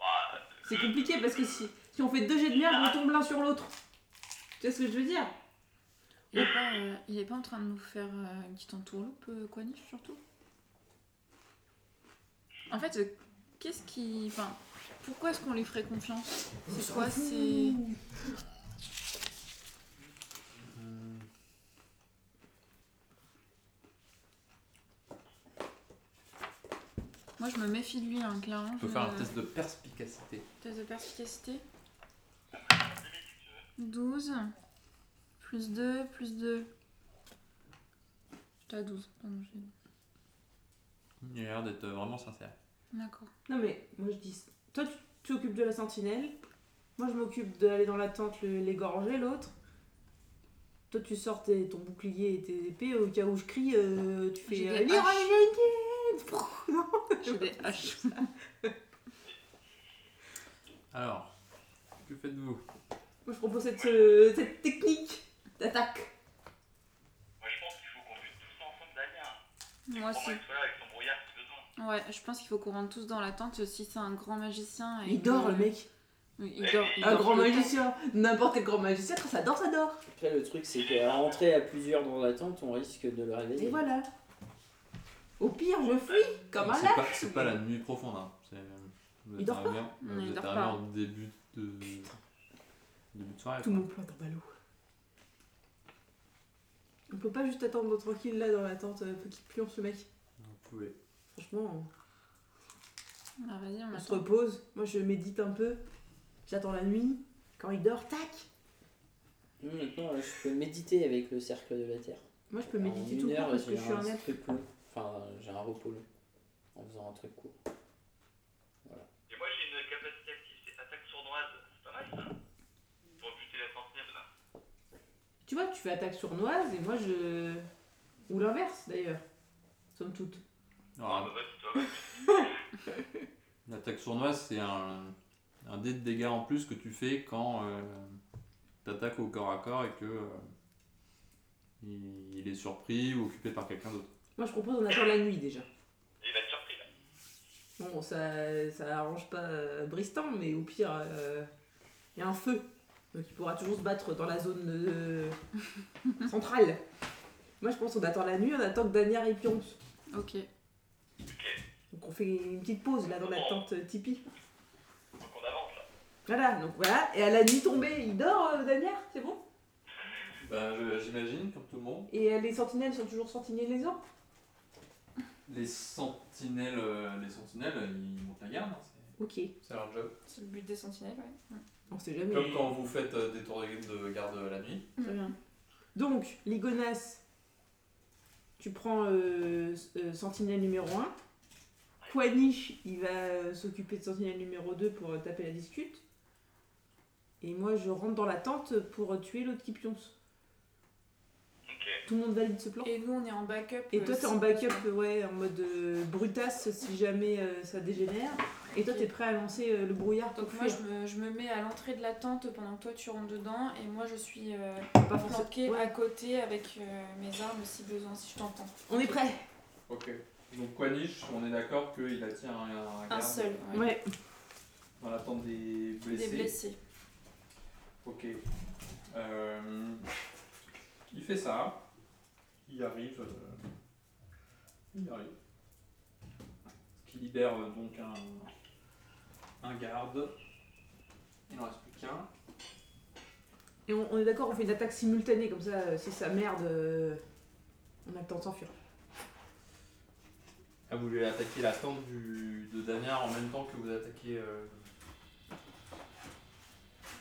S7: Bah,
S4: C'est
S5: euh,
S4: compliqué parce que si, si on fait deux jets de merde,
S5: bah,
S4: on tombe l'un sur l'autre. Tu sais ce que je veux dire
S5: Il est, pas, euh, il est pas en train de nous faire euh, une petite entourloupe, euh, Quanif, surtout En fait, euh, qu'est-ce qui. Enfin, pourquoi est-ce qu'on lui ferait confiance C'est quoi C'est.
S3: Hmm.
S5: Moi, je me méfie de lui, hein, clairement.
S6: On peut
S5: Je
S6: faire un
S5: me-
S6: test de perspicacité.
S5: test de perspicacité. 12. Plus 2, plus 2. J'étais à 12. Pardon, j'ai-
S6: Il a l'air d'être euh, vraiment sincère.
S5: D'accord.
S4: Non mais moi je dis, toi tu t'occupes de la sentinelle, moi je m'occupe d'aller dans la tente le- l'égorger l'autre. Toi tu sors tes- ton bouclier et tes épées, au cas où je crie, euh, tu fais...
S5: J'ai des
S4: euh, Leroy
S5: haches.
S4: Jenkins (laughs) Non,
S5: J'ai des haches.
S6: Alors, que faites-vous
S4: Moi je propose cette, euh, cette technique d'attaque.
S7: moi je pense qu'il faut qu'on bute tous ensemble Dania.
S5: Moi aussi.
S7: Comment il soit là avec son brouillard qui dedans
S5: Ouais, je pense qu'il faut qu'on rentre tous dans la tente si c'est un grand magicien. et
S4: Il dort
S5: que-
S4: le mec.
S5: Oui, il dort. il
S4: Un
S5: dort
S4: grand
S5: tout le temps.
S4: magicien, n'importe quel grand magicien, quand ça dort, ça dort.
S2: Après le truc c'est qu'à rentrer à plusieurs dans la tente, on risque de le
S4: Et
S2: réveiller.
S4: voilà. Au pire, je fuis comme un
S6: C'est
S4: lapin.
S6: pas, c'est pas la nuit profonde. Hein. C'est- Vous
S4: Il
S6: êtes
S4: dort
S6: arrivé en-
S5: Non,
S6: vous
S5: il
S6: êtes
S5: dort
S6: arrivé
S5: pas.
S6: en début de, début de soirée.
S4: Tout mon plan tombe à l'eau. On peut pas juste attendre tranquille là dans la tente euh, pour qu'il plombe ce mec.
S6: Vous pouvez.
S4: Franchement,
S5: Ah, vas-y, on
S4: on se
S5: attend.
S4: repose. Moi, je médite un peu. J'attends la nuit. Quand il dort, tac.
S2: Nous, Maintenant euh, je peux méditer avec le cercle de la Terre.
S4: Moi, je peux
S2: En
S4: méditer
S2: une
S4: tout le temps
S2: heure,
S4: parce que
S2: j'ai
S4: je suis un être.
S2: truc long. Enfin, j'ai un repos long. En faisant un truc court.
S7: Et moi j'ai une capacité active, c'est attaque sournoise. C'est pas mal ça Pour buter la sentinelle là.
S4: Tu vois, tu fais attaque sournoise et moi, je. Ou l'inverse d'ailleurs. Somme toute.
S7: Ah bah
S6: Alors,
S7: vas-y toi, vas-y. (laughs)
S6: l'attaque sournoise, c'est un, un dé de dégâts en plus que tu fais quand tu attaques au corps à corps et que euh, il, il est surpris ou occupé par quelqu'un d'autre.
S4: Moi, je propose on attend la nuit déjà.
S7: Il va être surpris là.
S4: Bon, ça, ça arrange pas euh, Bristan, mais au pire, euh, il y a un feu. Donc il pourra toujours se battre dans la zone euh, (laughs) centrale. Moi, je pense qu'on attend la nuit, on attend que Daniel y pionce.
S5: Ok.
S4: Donc on fait une petite pause là dans la tente euh, Tipeee.
S7: Donc on avance là.
S4: Voilà, donc voilà. Et à la nuit tombée, il dort, euh, Danière, c'est bon
S6: Ben, je- j'imagine, comme tout le monde.
S4: Et euh, les sentinelles sont toujours sentinelles les ans
S6: Les sentinelles, euh, les sentinelles, ils montent la garde. hein, c'est-
S4: Ok.
S6: C'est leur job.
S5: C'est le but des sentinelles, ouais.
S4: On sait jamais.
S6: Comme quand vous faites euh, des tours de de garde euh, la nuit.
S4: Très bien.
S5: Mm.
S4: Donc, Ligonas, tu prends euh, euh, Sentinelle numéro 1. Quanish, il va euh, s'occuper de Sentinelle numéro 2 pour euh, taper la discute. Et moi, je rentre dans la tente pour euh, tuer l'autre qui pionce.
S7: Ok.
S4: Tout le monde valide ce plan
S5: Et nous, on est en backup.
S4: Et
S5: euh,
S4: toi, t'es
S5: si-
S4: en backup, euh, ouais, en mode euh, brutasse si jamais euh, ça dégénère. Et toi,
S5: Ok.
S4: t'es prêt à lancer euh, le brouillard pour
S5: Donc moi,
S4: fuir.
S5: je me, je me mets à l'entrée de la tente pendant que toi, tu rentres dedans. Et moi, je suis euh,
S4: Pas forcément-
S5: planquée
S4: Ouais.
S5: à côté avec euh, mes armes si besoin, si je t'entends.
S4: On est prêt
S6: Ok. Donc Quanish, on est d'accord qu'il attire un, un
S5: Un
S6: garde
S5: seul, ouais.
S4: Ouais.
S6: dans l'attente des
S5: Des
S6: blessés.
S5: blessés.
S6: Ok. Euh, il fait ça. Il arrive. euh, il arrive. Qui libère euh, donc un, un garde. Il n'en reste plus qu'un.
S4: Et on, on est d'accord, on fait une attaque simultanée, comme ça, euh, si ça merde, euh, on a le temps de s'enfuir.
S6: Ah, vous voulez attaquer la tente du, de Danyar en même temps que vous attaquez. euh,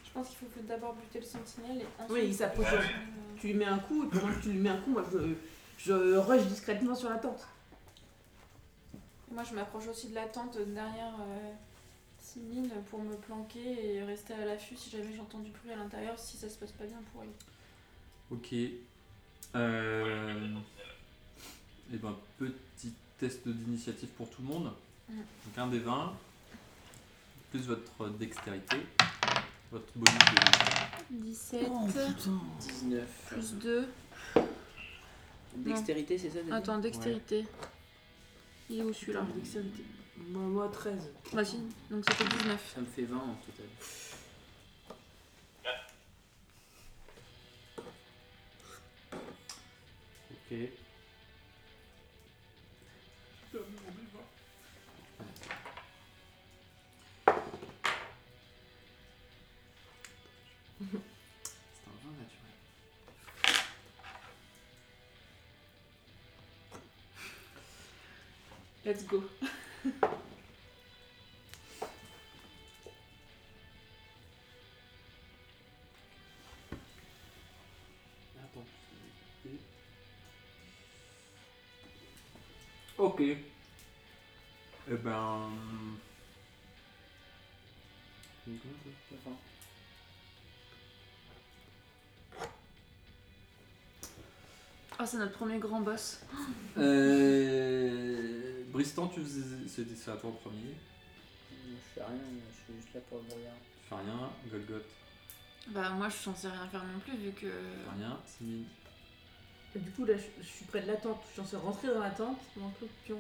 S5: Je pense qu'il faut que d'abord buter le sentinelle et ensuite...
S4: Ah Oui, il s'approche.
S5: Euh,
S4: Tu lui mets un coup, et pendant que tu lui mets un coup, moi je, je rush discrètement sur la tente.
S5: et Moi, je m'approche aussi de la tente derrière euh, Simine pour me planquer et rester à l'affût si jamais j'entends du bruit à l'intérieur, si ça se passe pas bien pour elle.
S6: Ok. Euh... Et ben, petit test d'initiative pour tout le monde.
S5: Mm.
S6: Donc un des 20, plus votre dextérité, votre bonus de
S5: 17,
S2: 19.
S5: plus 2.
S2: Dextérité, c'est ça t'as dit
S6: dextérité.
S5: Il est où celui-là
S4: Dextérité. Moi, moi 13.
S5: Vas-y, donc ça fait 19.
S2: Ça me fait 20 en total.
S6: Ok. C'est un vin naturel.
S5: Let's go.
S6: Attends. Ok. Eh ben.
S2: Enfin,
S5: Ah, c'est notre premier grand boss.
S6: Euh... Bristan, tu faisais. C'était c'est à toi en premier.
S2: Euh, je fais rien, je suis juste là pour le brouillard.
S6: Tu fais rien. Golgoth,
S5: Bah, moi, je suis censée rien faire non plus, vu que.
S6: tu fais rien. Simine.
S4: Du coup, là, je, je suis près de la tente, je suis censée rentrer dans la tente, mon peu pionce.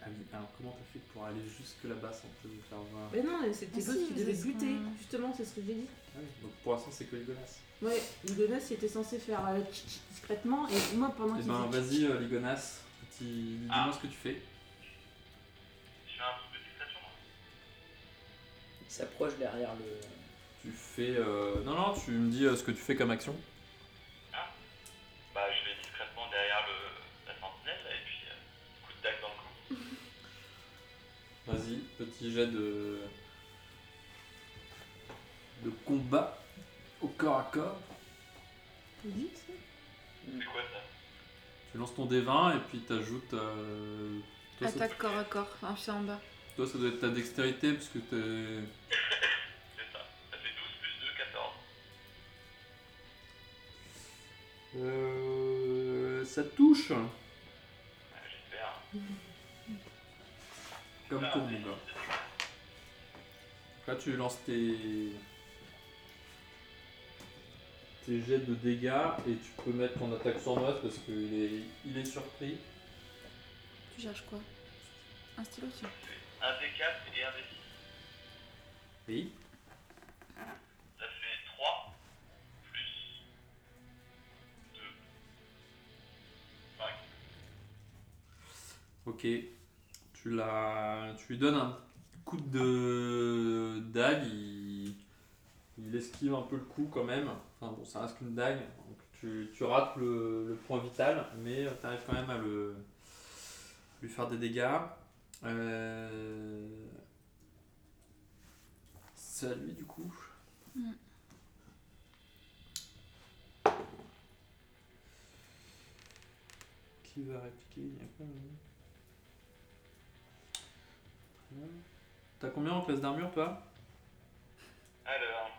S6: Ah oui, alors comment t'as fait pour aller jusque là-bas sans te faire voir
S4: Mais non, mais c'était
S5: Mais
S4: l'autre
S5: Ah, si,
S4: qui
S5: mais
S4: devait
S5: c'est ce
S4: buter,
S5: qu'on-
S4: justement, c'est ce que j'ai dit.
S6: Ah oui, Donc pour l'instant, c'est que Ligonas.
S4: Ouais, Ligonas, il était censé faire euh, tch, tch, discrètement, et moi, pendant
S6: Eh
S4: qu'il
S6: ben,
S4: faisait tch,
S6: vas-y, euh, Ligonas. Petit... Dis-moi
S7: Ah.
S6: ce que tu fais.
S7: Je fais un peu de fixation. moi.
S2: Il s'approche derrière le.
S6: Tu fais. euh, Non, non, tu me dis euh, ce que tu fais comme action.
S7: Bah, je vais discrètement derrière le, la sentinelle là, et puis euh, coup de dague dans le cou.
S6: Vas-y, petit jet de. de combat au corps à corps.
S4: vite, ça.
S7: C'est quoi ça
S6: Tu lances ton D20 et puis t'ajoutes. euh, Toi, ça,
S5: Attaque corps à corps, enfin, je suis en bas.
S6: toi, ça doit être ta dextérité parce que t'es.
S7: C'est ça. Ça fait 12 plus 2, 14.
S6: Euh, ça te touche
S7: Ah, J'espère. Ah,
S6: Comme ton combat. Là, tu lances tes. tes jets de dégâts et tu peux mettre ton attaque sournoise parce qu'il est... Il est surpris.
S5: Tu cherches quoi Un stylo, tiens.
S7: Un D4 et un D6.
S6: Oui.
S7: Ça fait 3 plus 2. 5.
S6: Ok. Tu, la, tu lui donnes un coup de dague, il, il esquive un peu le coup quand même. Enfin bon, ça reste qu'une dague. Donc tu, tu rates le, le point vital, mais tu arrives quand même à le, lui faire des dégâts. Euh, C'est à lui du coup.
S5: Mm.
S6: Qui va répliquer Il y a pas, euh, Ouais. T'as combien en classe d'armure, toi
S7: Alors,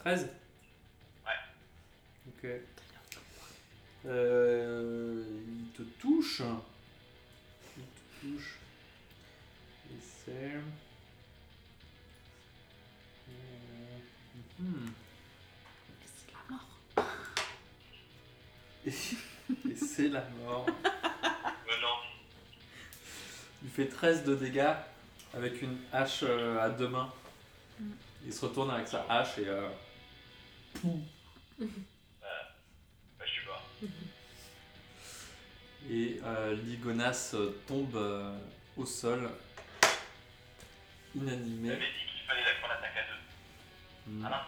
S6: 13 Ouais. Ok. Euh, il te touche. Il te touche. Et c'est. Euh, mhm.
S5: C'est la mort.
S6: Et c'est la mort.
S7: euh, non,
S6: Il fait 13 de dégâts avec une hache euh, à deux mains.
S5: Mm.
S6: Il se retourne avec sa hache et. euh,
S7: bah, je suis mort.
S6: Et euh, Ligonas euh, tombe euh, au sol, inanimé. Mm.
S7: J'avais dit qu'il fallait la prendre l'attaque à deux. Alain,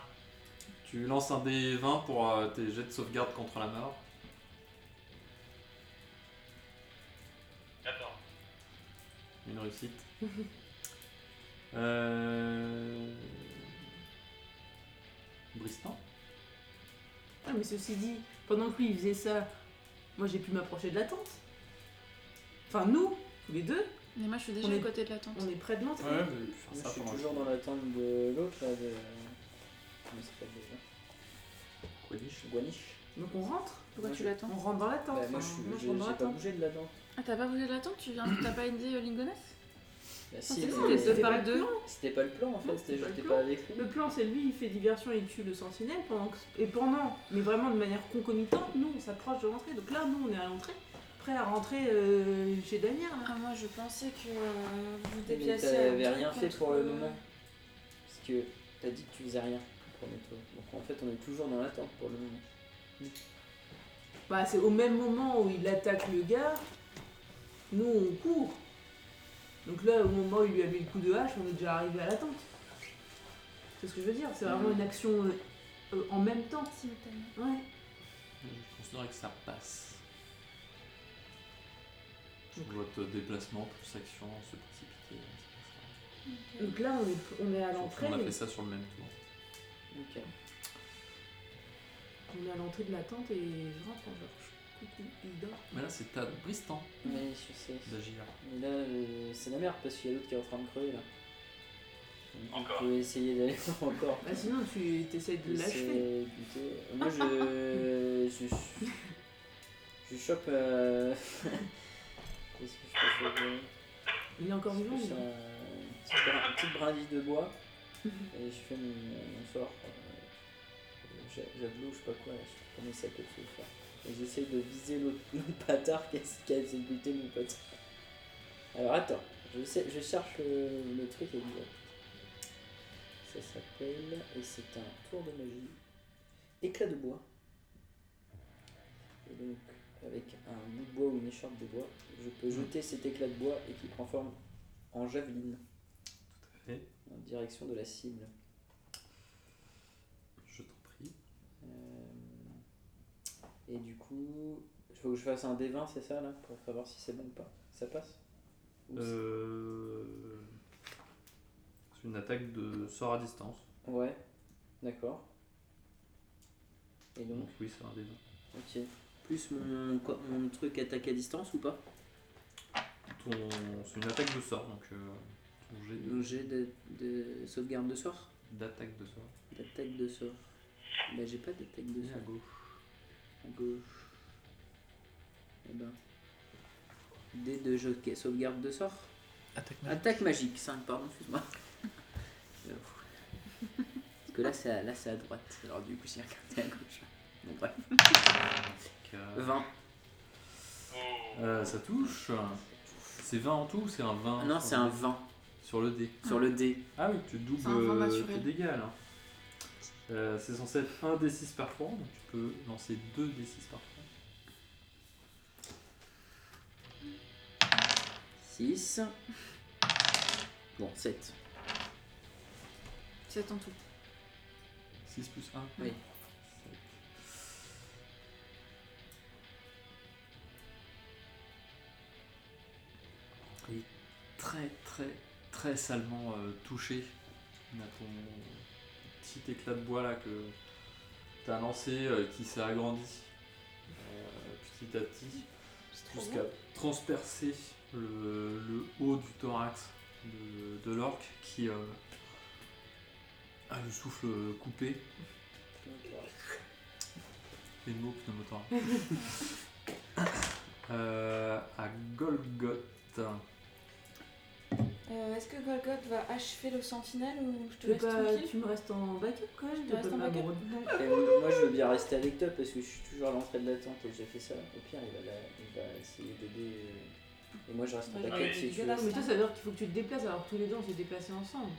S6: Tu lances un dé 20 pour euh, tes jets de sauvegarde contre la mort.
S7: attends.
S6: Une réussite. euh... Bristan
S4: Ah, mais ceci dit, pendant que lui il faisait ça, moi j'ai pu m'approcher de la tente. Enfin, nous, tous les deux,
S5: Mais moi, je suis déjà
S4: On est-
S5: à côté de la tente.
S4: on est près de l'entrée.
S6: vous avez pu faire
S2: Moi,
S6: ça
S2: je suis
S6: pendant
S2: toujours dans l'attente de l'autre, là, de. Comment il s'appelle déjà
S6: Quidditch.
S2: Guaniche
S4: Donc on rentre.
S5: Pourquoi
S2: Moi,
S5: tu
S2: je-
S5: l'attends
S4: On rentre dans la tente.
S2: Bah, Moi,
S4: Enfin,
S2: je suis-
S4: moi, je rentre
S2: j'ai
S4: dans la
S2: j'ai pas
S4: tente.
S2: bougé de la tente.
S5: Ah, t'as pas bougé de la tente Tu viens, t'as pas aidé euh, Lingonas
S2: Bah,
S4: Ah,
S2: si,
S4: c'est
S2: mais
S4: ça,
S5: on
S4: mais
S5: les
S4: c'était
S5: deux
S4: pas
S5: par
S4: le
S5: deux.
S4: plan.
S2: C'était pas le plan en
S4: Non,
S2: fait,
S4: c'était
S2: c'était
S4: pas le
S2: j'étais
S4: plan.
S2: pas avec lui.
S4: Le plan, c'est lui, il fait diversion et il tue le sentinelle pendant que- et pendant, mais vraiment de manière concomitante, nous on s'approche de l'entrée. Donc là, nous on est à l'entrée, prêt à rentrer euh, chez Damien. là.
S5: Ah, moi, je pensais que euh, vous
S2: Mais
S5: déplaciez.
S2: t'avais
S5: un euh, truc
S2: rien fait
S5: contre,
S2: pour le
S5: euh,
S2: moment. Parce que t'as dit que tu faisais rien pour le tour. Donc en fait, on est toujours dans l'attente pour le moment.
S4: Bah, c'est au même moment où il attaque le gars, nous on court. Donc là, au moment où il lui a mis le coup de hache, on est déjà arrivé à la tente. C'est ce que je veux dire, c'est vraiment
S2: Mhm.
S4: une action euh, euh, en même temps.
S5: Ah, simultanément.
S4: Ouais.
S6: Je considère que ça passe. Votre déplacement plus action se précipiter. c'est
S5: Ok.
S4: Donc là, on est, on est à
S6: pas ça.
S4: l'entrée.
S6: On a
S4: mais-
S6: fait ça sur le même tour.
S2: Ok.
S4: On est à l'entrée de la tente et je rentre en genre. Coucou, il dort.
S6: Mais là, c'est à Bristan
S2: Mais je sais.
S6: d'agir.
S2: Mais là, euh, c'est la merde parce qu'il y a l'autre qui est en train de crever là. Donc,
S7: Encore.
S2: On peut essayer d'aller (laughs) encore.
S4: Bah sinon tu t'essayes de
S2: Il
S4: l'achever.
S2: s'est buté. Moi
S5: (laughs)
S2: je. je. Je chope. euh, (laughs) Qu'est-ce que je peux faire
S4: Il est encore vivant.
S2: Je fais
S4: lui.
S2: un petit brin- une petite brindille de bois
S4: Mhm.
S2: et je fais mon, mon sort. euh, j'a- Javelot, je sais pas quoi, là, je sais pas comment il s'appelle ce sort. Et j'essaye de viser l'autre (laughs) l'autre bâtard qui a qui a essayé de buter mon pote. Alors attends, je, sais, je cherche euh, le, truc exact. Ça s'appelle. Et c'est un tour de magie. Éclat de bois. Et donc, avec un bout de bois ou une écharpe de bois, je peux jeter cet éclat de bois et qui prend forme en javeline.
S6: Tout à fait.
S2: En direction de la cible.
S6: Je t'en prie.
S2: Euh, Et du coup, il faut que je fasse un D20, c'est ça là Pour savoir si c'est bon ou pas. Ça passe Ou c'est-
S6: Euh... C'est une attaque de sort à distance.
S2: Ouais, d'accord. Et donc,
S6: Donc oui, c'est un des
S2: ok. Plus mon, mon truc attaque à distance ou pas
S6: Ton... C'est une attaque de sort, donc euh, ton jet de-
S2: Donc j'ai de, de sauvegarde de sort
S6: d'attaque de sort.
S2: D'attaque de sort. Bah j'ai pas d'attaque de
S6: Et à
S2: sort.
S6: gauche.
S2: À gauche. Eh ben. D de jockey, sauvegarde de sort.
S6: Attaque
S2: Attaque magique, 5, pardon, excuse-moi. Euh, Parce que là c'est, à, là, c'est à droite. Alors, du coup, j'ai regardé à gauche. Bon, bref. 20.
S7: Oh.
S6: Euh, ça touche. C'est 20 en tout ou c'est un 20
S2: non,
S6: sur
S2: c'est
S6: le
S2: un
S6: dé
S2: 20
S6: Sur le dé.
S2: sur le dé.
S6: Ah oui, tu doubles
S5: C'est un 20
S6: euh, tes
S5: naturel.
S6: dégâts là. Euh, c'est censé être 1 d6 par fois, donc tu peux lancer 2 d6 par fois.
S2: 6. Bon, 7.
S5: 7 en tout.
S6: 6 plus 1.
S2: Oui.
S3: Il est très très très salement euh, touché
S6: On a ton petit éclat de bois là que t'as lancé euh, qui s'est agrandi euh, petit à petit jusqu'à transpercer le, le haut du thorax de, de l'orque qui euh, a le souffle coupé. Les mots pneumothorax. euh, à Golgoth.
S5: Euh, Est-ce que Golgoth va achever le sentinelle ou je te
S4: Tu, veux
S5: laisse
S4: pas,
S5: tranquille
S4: tu me restes en backup quand même,
S5: Tu
S4: t'es
S5: restes
S4: pas
S5: en
S4: ma
S5: backup
S4: brode.
S5: Non.
S2: Et moi, je veux bien rester avec toi parce que je suis toujours à l'entrée de la tente et j'ai fait ça. Au pire, il va, la- il va essayer d'aider. euh, Et moi, je reste en
S4: Ouais,
S2: backup
S7: c'est
S2: si tu veux.
S4: Non, mais toi, ça veut dire qu'il faut que tu te déplaces alors que tous les deux on s'est déplacés ensemble.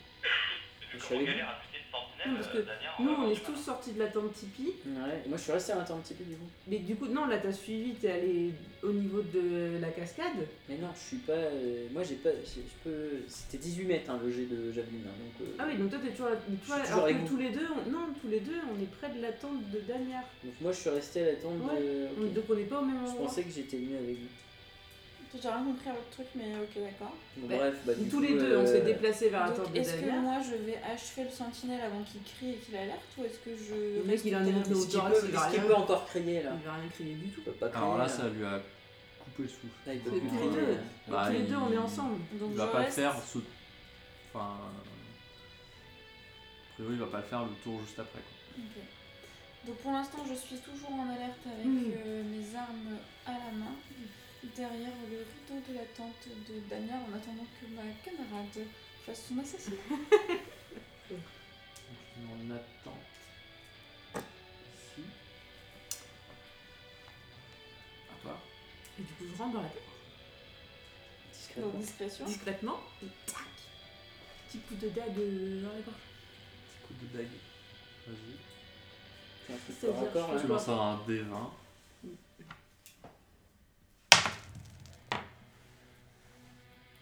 S2: Je
S7: Vu
S2: suis
S7: qu'on
S2: avec
S7: galère à
S4: Non,
S7: buter une sentinelle,
S4: parce que
S7: euh, Dania,
S4: Nous,
S7: va
S4: on
S7: voir
S4: est
S7: chemin.
S4: tous sortis de la tente Tipeee.
S2: Ouais, et moi, je suis resté à l'intérieur un petit peu du coup.
S4: Mais du coup, non, là, t'as suivi, t'es allé au niveau de la cascade.
S2: Mais non, je suis pas. euh, Moi, j'ai pas. Je je peux. C'était 18 mètres hein, le jet de javeline. hein, donc, euh,
S4: Ah oui, donc toi, t'es toujours là. mais
S2: suis
S4: Toi,
S2: toujours
S4: alors
S2: avec
S4: que
S2: vous.
S4: tous les deux, on- non, tous les deux, on est près de la tente de Danyar.
S2: donc, moi, je suis resté à la tente
S4: Ouais,
S2: de. ok.
S4: On- Donc, on n'est pas au même
S2: Je
S4: endroit.
S2: pensais que j'étais mieux avec vous.
S5: J'ai rien compris à votre truc, mais ok, d'accord.
S2: Bon,
S4: Bah,
S2: bref, bah, du
S4: Donc, tous
S2: coup,
S4: les deux, on s'est
S2: euh,
S4: déplacés vers la
S5: Donc,
S4: tente de
S5: Est-ce que
S4: Danyar.
S5: moi je vais achever le sentinelle avant qu'il crie et qu'il alerte ou est-ce que je.
S4: Le mec, il en est monté au
S2: Est-ce qu'il
S4: thorax,
S2: peut,
S4: il va
S2: est-ce qu'il
S4: rien-
S2: peut encore crier
S4: il
S2: là
S4: va rien crier du tout.
S2: Il peut pas crier.
S6: Alors là,
S2: là.
S6: ça lui a coupé le souffle.
S2: Là, il peut
S4: C'est
S2: plus
S4: tous les
S2: crier,
S4: deux.
S2: là.
S4: Donc,
S6: Bah,
S4: tous les deux, on
S6: il-
S4: est ensemble.
S5: Donc,
S6: il
S5: je
S6: va pas
S5: reste-
S6: le faire ce... Enfin... euh, A priori, il va pas le faire le tour juste après. Quoi.
S5: Ok. Donc pour l'instant, je suis toujours en alerte avec
S4: Mhm.
S5: euh, mes armes à la main derrière le rideau de la tente de Daniel en attendant que ma camarade fasse son assassinat.
S6: Donc, il est en attente. Ici. À toi.
S4: Et du coup, je rentre dans la tente
S2: Discrètement.
S5: Donc discrétion.
S4: discrètement. Et tac Petit coup de dague euh, dans la gorge.
S6: Petit coup de dague. Vas-y.
S2: C'est un truc
S4: C'est-à-dire,
S2: par accord,
S4: je
S2: là.
S6: Tu lances un D20.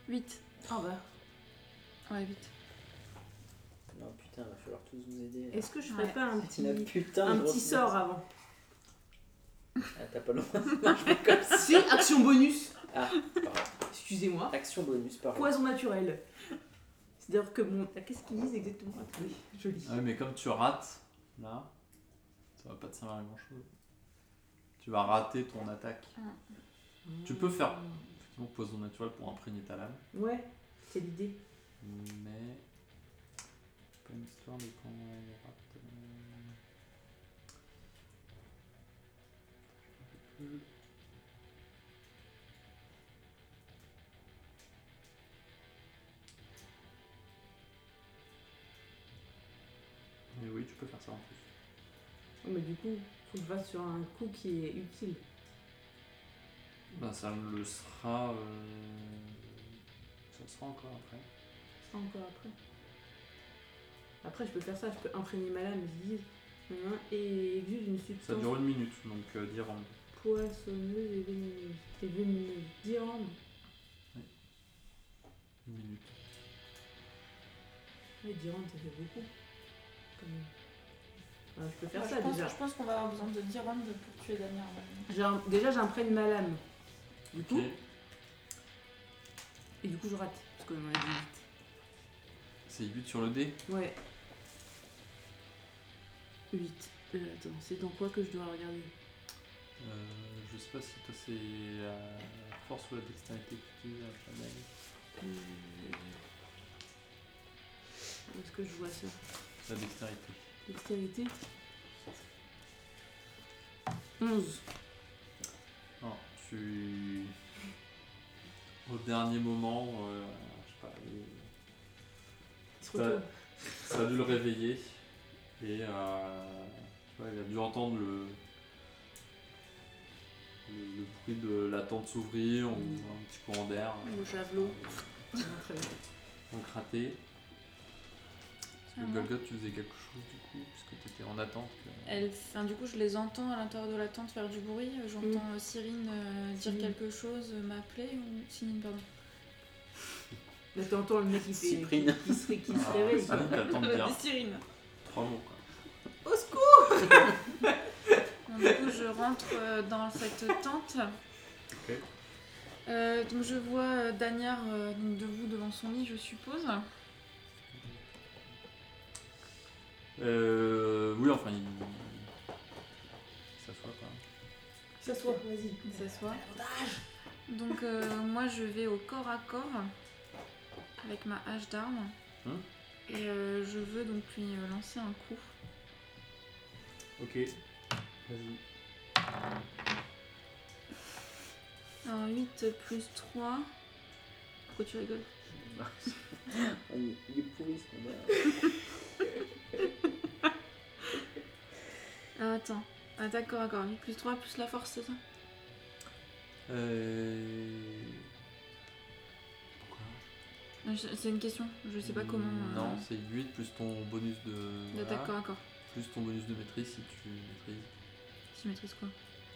S5: Vite.
S4: Ah bah.
S5: Ouais, vite.
S2: Non, putain, il va falloir tous nous aider. là.
S4: Est-ce que je ferais
S5: Ouais.
S4: pas un
S2: C'est la
S4: petit,
S2: putain de
S4: un
S2: grosse
S4: petit sort avant
S2: Ah, t'as pas le droit. (laughs)
S4: C'est action bonus.
S2: Ah.
S4: Excusez-moi.
S2: Action bonus, par
S4: Poison naturel. C'est-à-dire que mon. Ah, Qu'est-ce qu'ils disent exactement Attendez, je lis.
S6: Ah oui, mais comme tu rates, là, ça va pas te servir à grand chose. Tu vas rater ton attaque. Tu peux faire effectivement poison naturel pour imprégner ta lame,
S4: Ouais, c'est l'idée.
S6: mais. c'est Pas une histoire de quand on rate. euh, je sais plus. Mais oui, tu peux faire ça en plus.
S4: Oh, Mais du coup, faut que je fasse sur un coup qui est utile.
S6: Ben, ça le sera. euh, Ça le sera encore après.
S4: Ça encore après. Après, je peux faire ça, je peux imprégner ma lame, je dis. hein, Et exige une
S6: Ça
S4: substance
S6: dure une minute, donc euh, dire en.
S4: poissonneuse et vénéneuse. C'est vénéneuse. Dirande.
S6: Une minute.
S4: Ouais, dirande, ça fait beaucoup. Quand même. Ah, je peux faire
S5: Ouais,
S4: ça
S5: je, pense,
S4: déjà.
S5: je pense qu'on va avoir besoin de Dirand pour tuer Daniel.
S4: J'ai un- Déjà, j'imprègne ma lame. Du coup,
S6: Ok.
S4: et du coup, je rate. Parce qu'on en a dit vite.
S6: C'est 8 sur le dé.
S4: Ouais. 8. Euh, attends, c'est dans quoi que je dois regarder
S6: Euh, je sais pas si toi c'est la force ou la dextérité que tu utilises à la dague.
S4: Où est-ce que je vois ça
S6: La dextérité.
S4: Dextérité 11.
S6: Non, tu. Au dernier moment, euh, je sais pas, il-
S4: Il se retourne.
S6: Ça a dû le réveiller. Et euh, tu vois, il a dû entendre le, le, le bruit de la tente s'ouvrir ou un petit courant d'air. euh,
S4: Le Oh, javelot. Ah, Très bien.
S6: Donc raté. Parce que
S5: Ah,
S6: Golgot, tu faisais quelque chose du coup, puisque tu étais en attente. que-
S5: Elle, enfin, du coup, je les entends à l'intérieur de la tente faire du bruit. J'entends euh, Mm. Cyrine euh, dire
S4: Cyrine.
S5: quelque chose, euh, m'appeler ou Cyrine, pardon.
S4: Là, Bah, t'entends le mec qui, fait, qui,
S2: Cyprine.
S4: qui se, qui se
S3: Ah,
S4: réveille.
S3: ça,
S4: quoi.
S5: (laughs)
S3: t'attends de dire
S8: Des sirines.
S3: trois mots. quoi.
S4: Au secours
S8: Donc, Du coup, je rentre euh, dans cette tente. Euh, donc, je vois euh, Danyar euh, donc debout devant son lit, je suppose.
S3: Euh, oui, enfin, il, il s'assoit quoi.
S4: Ça soit, vas-y.
S8: Il s'assoit. Donc, euh, moi, je vais au corps à corps avec ma hache d'armes.
S3: Hein
S8: Et euh, je veux donc lui euh, lancer un coup.
S3: Ok, vas-y.
S8: Un 8 plus 3. Pourquoi tu rigoles
S2: Il Ah, il est pourri ce combat.
S8: Ah, Attends. Ah, d'accord, d'accord. 8 plus 3 plus la force, c'est ça
S3: Euh... Pourquoi
S8: Non, je- C'est une question. Je sais pas comment. euh,
S3: Non, c'est 8 plus ton bonus de.
S8: D'attaque
S6: ah,
S8: corps à corps.
S3: Plus ton bonus de maîtrise si tu maîtrises
S8: Si je maîtrise quoi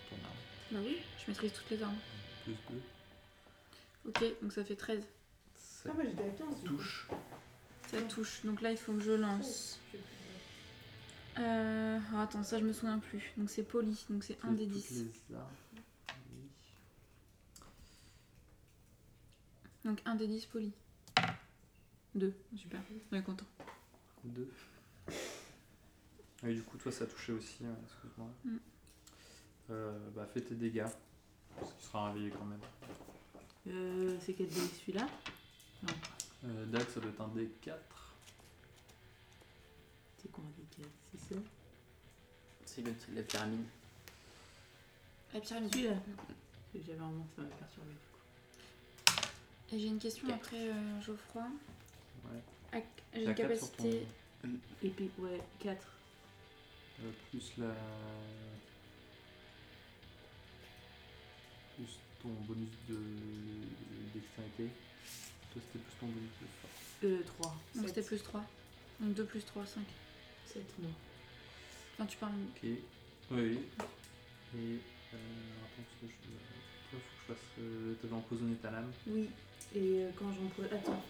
S3: ton arme.
S8: Bah oui, je maîtrise toutes les armes.
S3: Plus 2.
S8: Ok, donc ça fait 13.
S4: Ah, bah j'étais à 15. du coup.
S3: Touche.
S8: Ça touche. Donc là, il faut que je lance. Euh... ah, attends, ça, je me souviens plus. Donc c'est poli. Donc c'est 1 des 10. Donc 1 des 10 poli. 2. Super. On est content.
S3: 2. Et du coup, toi, ça a touché aussi, ouais, excuse-moi.
S8: Mm.
S3: Euh, bah, fais tes dégâts. Parce qu'il sera réveillé quand même.
S4: Euh, c'est quel dé, celui-là
S3: Euh, Dax, ça doit être un D4.
S4: C'est quoi avec euh, C'est ça
S2: C'est le la pyramide.
S8: La pyramide.
S4: Celui-là. Que J'avais un moment, ça m'a perturbé.
S8: Et j'ai une question
S2: Quatre.
S8: après euh, Geoffroy.
S3: Ouais.
S8: Ah, J'ai
S3: T'as
S8: une
S3: quatre sur
S8: capacité.
S4: Et puis, ouais, 4.
S3: Euh, plus la. Plus ton bonus de. d'extérité. Toi, c'était plus ton bonus de force.
S4: Euh, 3.
S8: Donc c'était plus 3. Donc 2 plus 3, 5.
S4: 7, non.
S8: Enfin, tu parles.
S3: Ok. Oui, oui. Et. Euh, attends, parce que je. Toi, faut que je fasse. Euh, T'avais empoisonné ta lame.
S4: Oui. Et euh, quand j'en pose. Attends.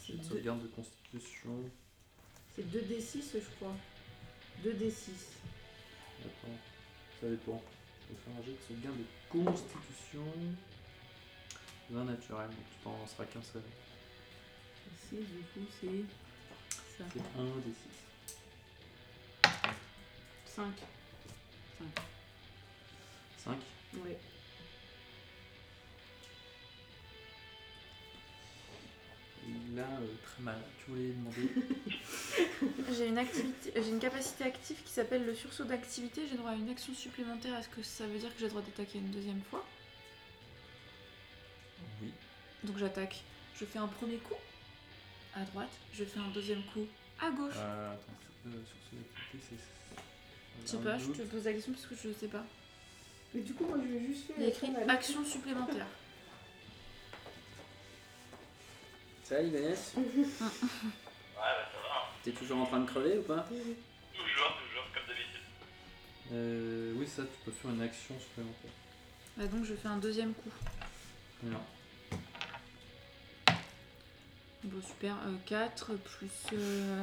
S4: C'est
S3: Une
S4: deux-
S3: sauvegarde de constitution.
S4: c'est 2d6, je crois. 2d6.
S3: Attends. Ça dépend. Je vais faire un jet de sauvegarde de constitution. 20 naturel, donc tu t'en lanceras qu'un seul.
S4: 6, du coup, c'est. Ça.
S3: C'est 1 des 6.
S4: 5.
S3: 5.
S4: Ouais.
S3: Il a euh, très mal. Tu voulais demander
S8: J'ai une, activité, j'ai une capacité active qui s'appelle le sursaut d'activité. J'ai droit à une action supplémentaire. Est-ce que ça veut dire que j'ai le droit d'attaquer une deuxième fois
S3: Oui.
S8: Donc j'attaque. Je fais un premier coup à droite. Je fais un deuxième coup à
S6: Ah,
S8: gauche.
S3: Euh, attends, c'est- euh, sur ce activité, c'est.
S8: Je
S6: euh,
S8: sais pas, je te pose la question parce que je sais pas.
S9: Mais du coup, moi, je vais juste faire.
S8: Il y a écrit action supplémentaire.
S2: Ça va, Ibanez
S7: Ouais, bah ça va. hein.
S2: T'es toujours en train de crever ou pas
S7: Toujours, toujours, comme d'habitude.
S3: Euh, oui, ça, tu peux faire une action supplémentaire.
S8: Bah donc je fais un deuxième coup.
S3: Non.
S8: Bon super. 4 plus euh,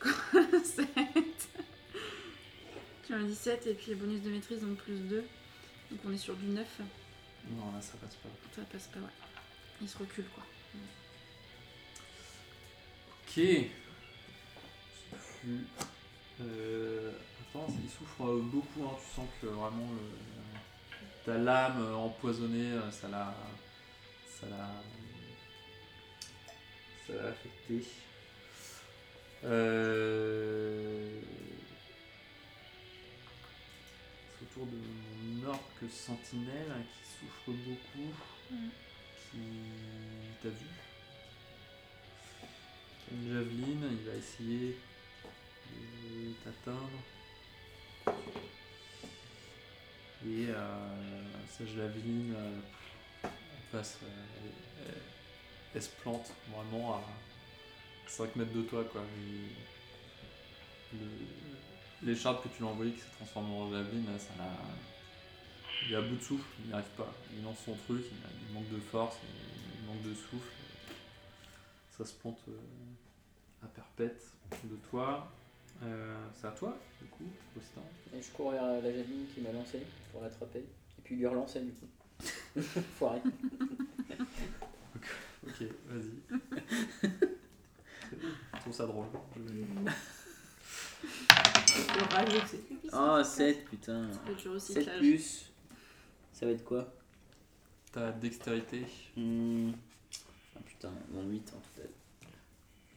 S8: (laughs) 7. Tu m'as dit 7 et puis bonus de maîtrise donc plus 2. Donc on est sur du 9.
S3: Non, là, ça passe pas.
S8: Ça passe pas, ouais. Il se recule, quoi.
S3: Ok. Ce fut- Euh, attends, il souffre euh, beaucoup, hein. tu sens que vraiment le- ta lame euh, empoisonnée, euh, ça l'a. ça l'a. ça l'a affecté. Euh, C'est autour de mon orque sentinelle hein, qui souffre beaucoup,
S8: Mm.
S3: qui t'a vu une javeline, il va essayer de t'atteindre. Et euh, sa javeline euh, elle passe, euh, elle, elle- elle se plante vraiment à 5 mètres de toi. quoi. Il- le- L'écharpe que tu l'as envoyée qui s'est transformée en javeline, là, ça l'a- Il est à bout de souffle, il n'y arrive pas. Il lance son truc, il, il manque de force, il, il manque de souffle.
S1: Ça se plante euh, à perpète de toi. Euh, c'est à toi, du coup, Constant.
S2: Et je cours vers euh, la javeline qui m'a lancé pour l'attraper. Et puis lui relancer du coup. (laughs) Foiré.
S1: Ok, vas-y.
S2: (laughs)
S1: Je trouve ça drôle. Je-
S4: Le rage, c'est-
S2: Oh, 7 putain.
S8: Le du
S2: 7
S8: recyclage.
S2: plus. Ça va être quoi
S1: Ta dextérité,
S2: Hmm. Ah putain, bon 8 en total.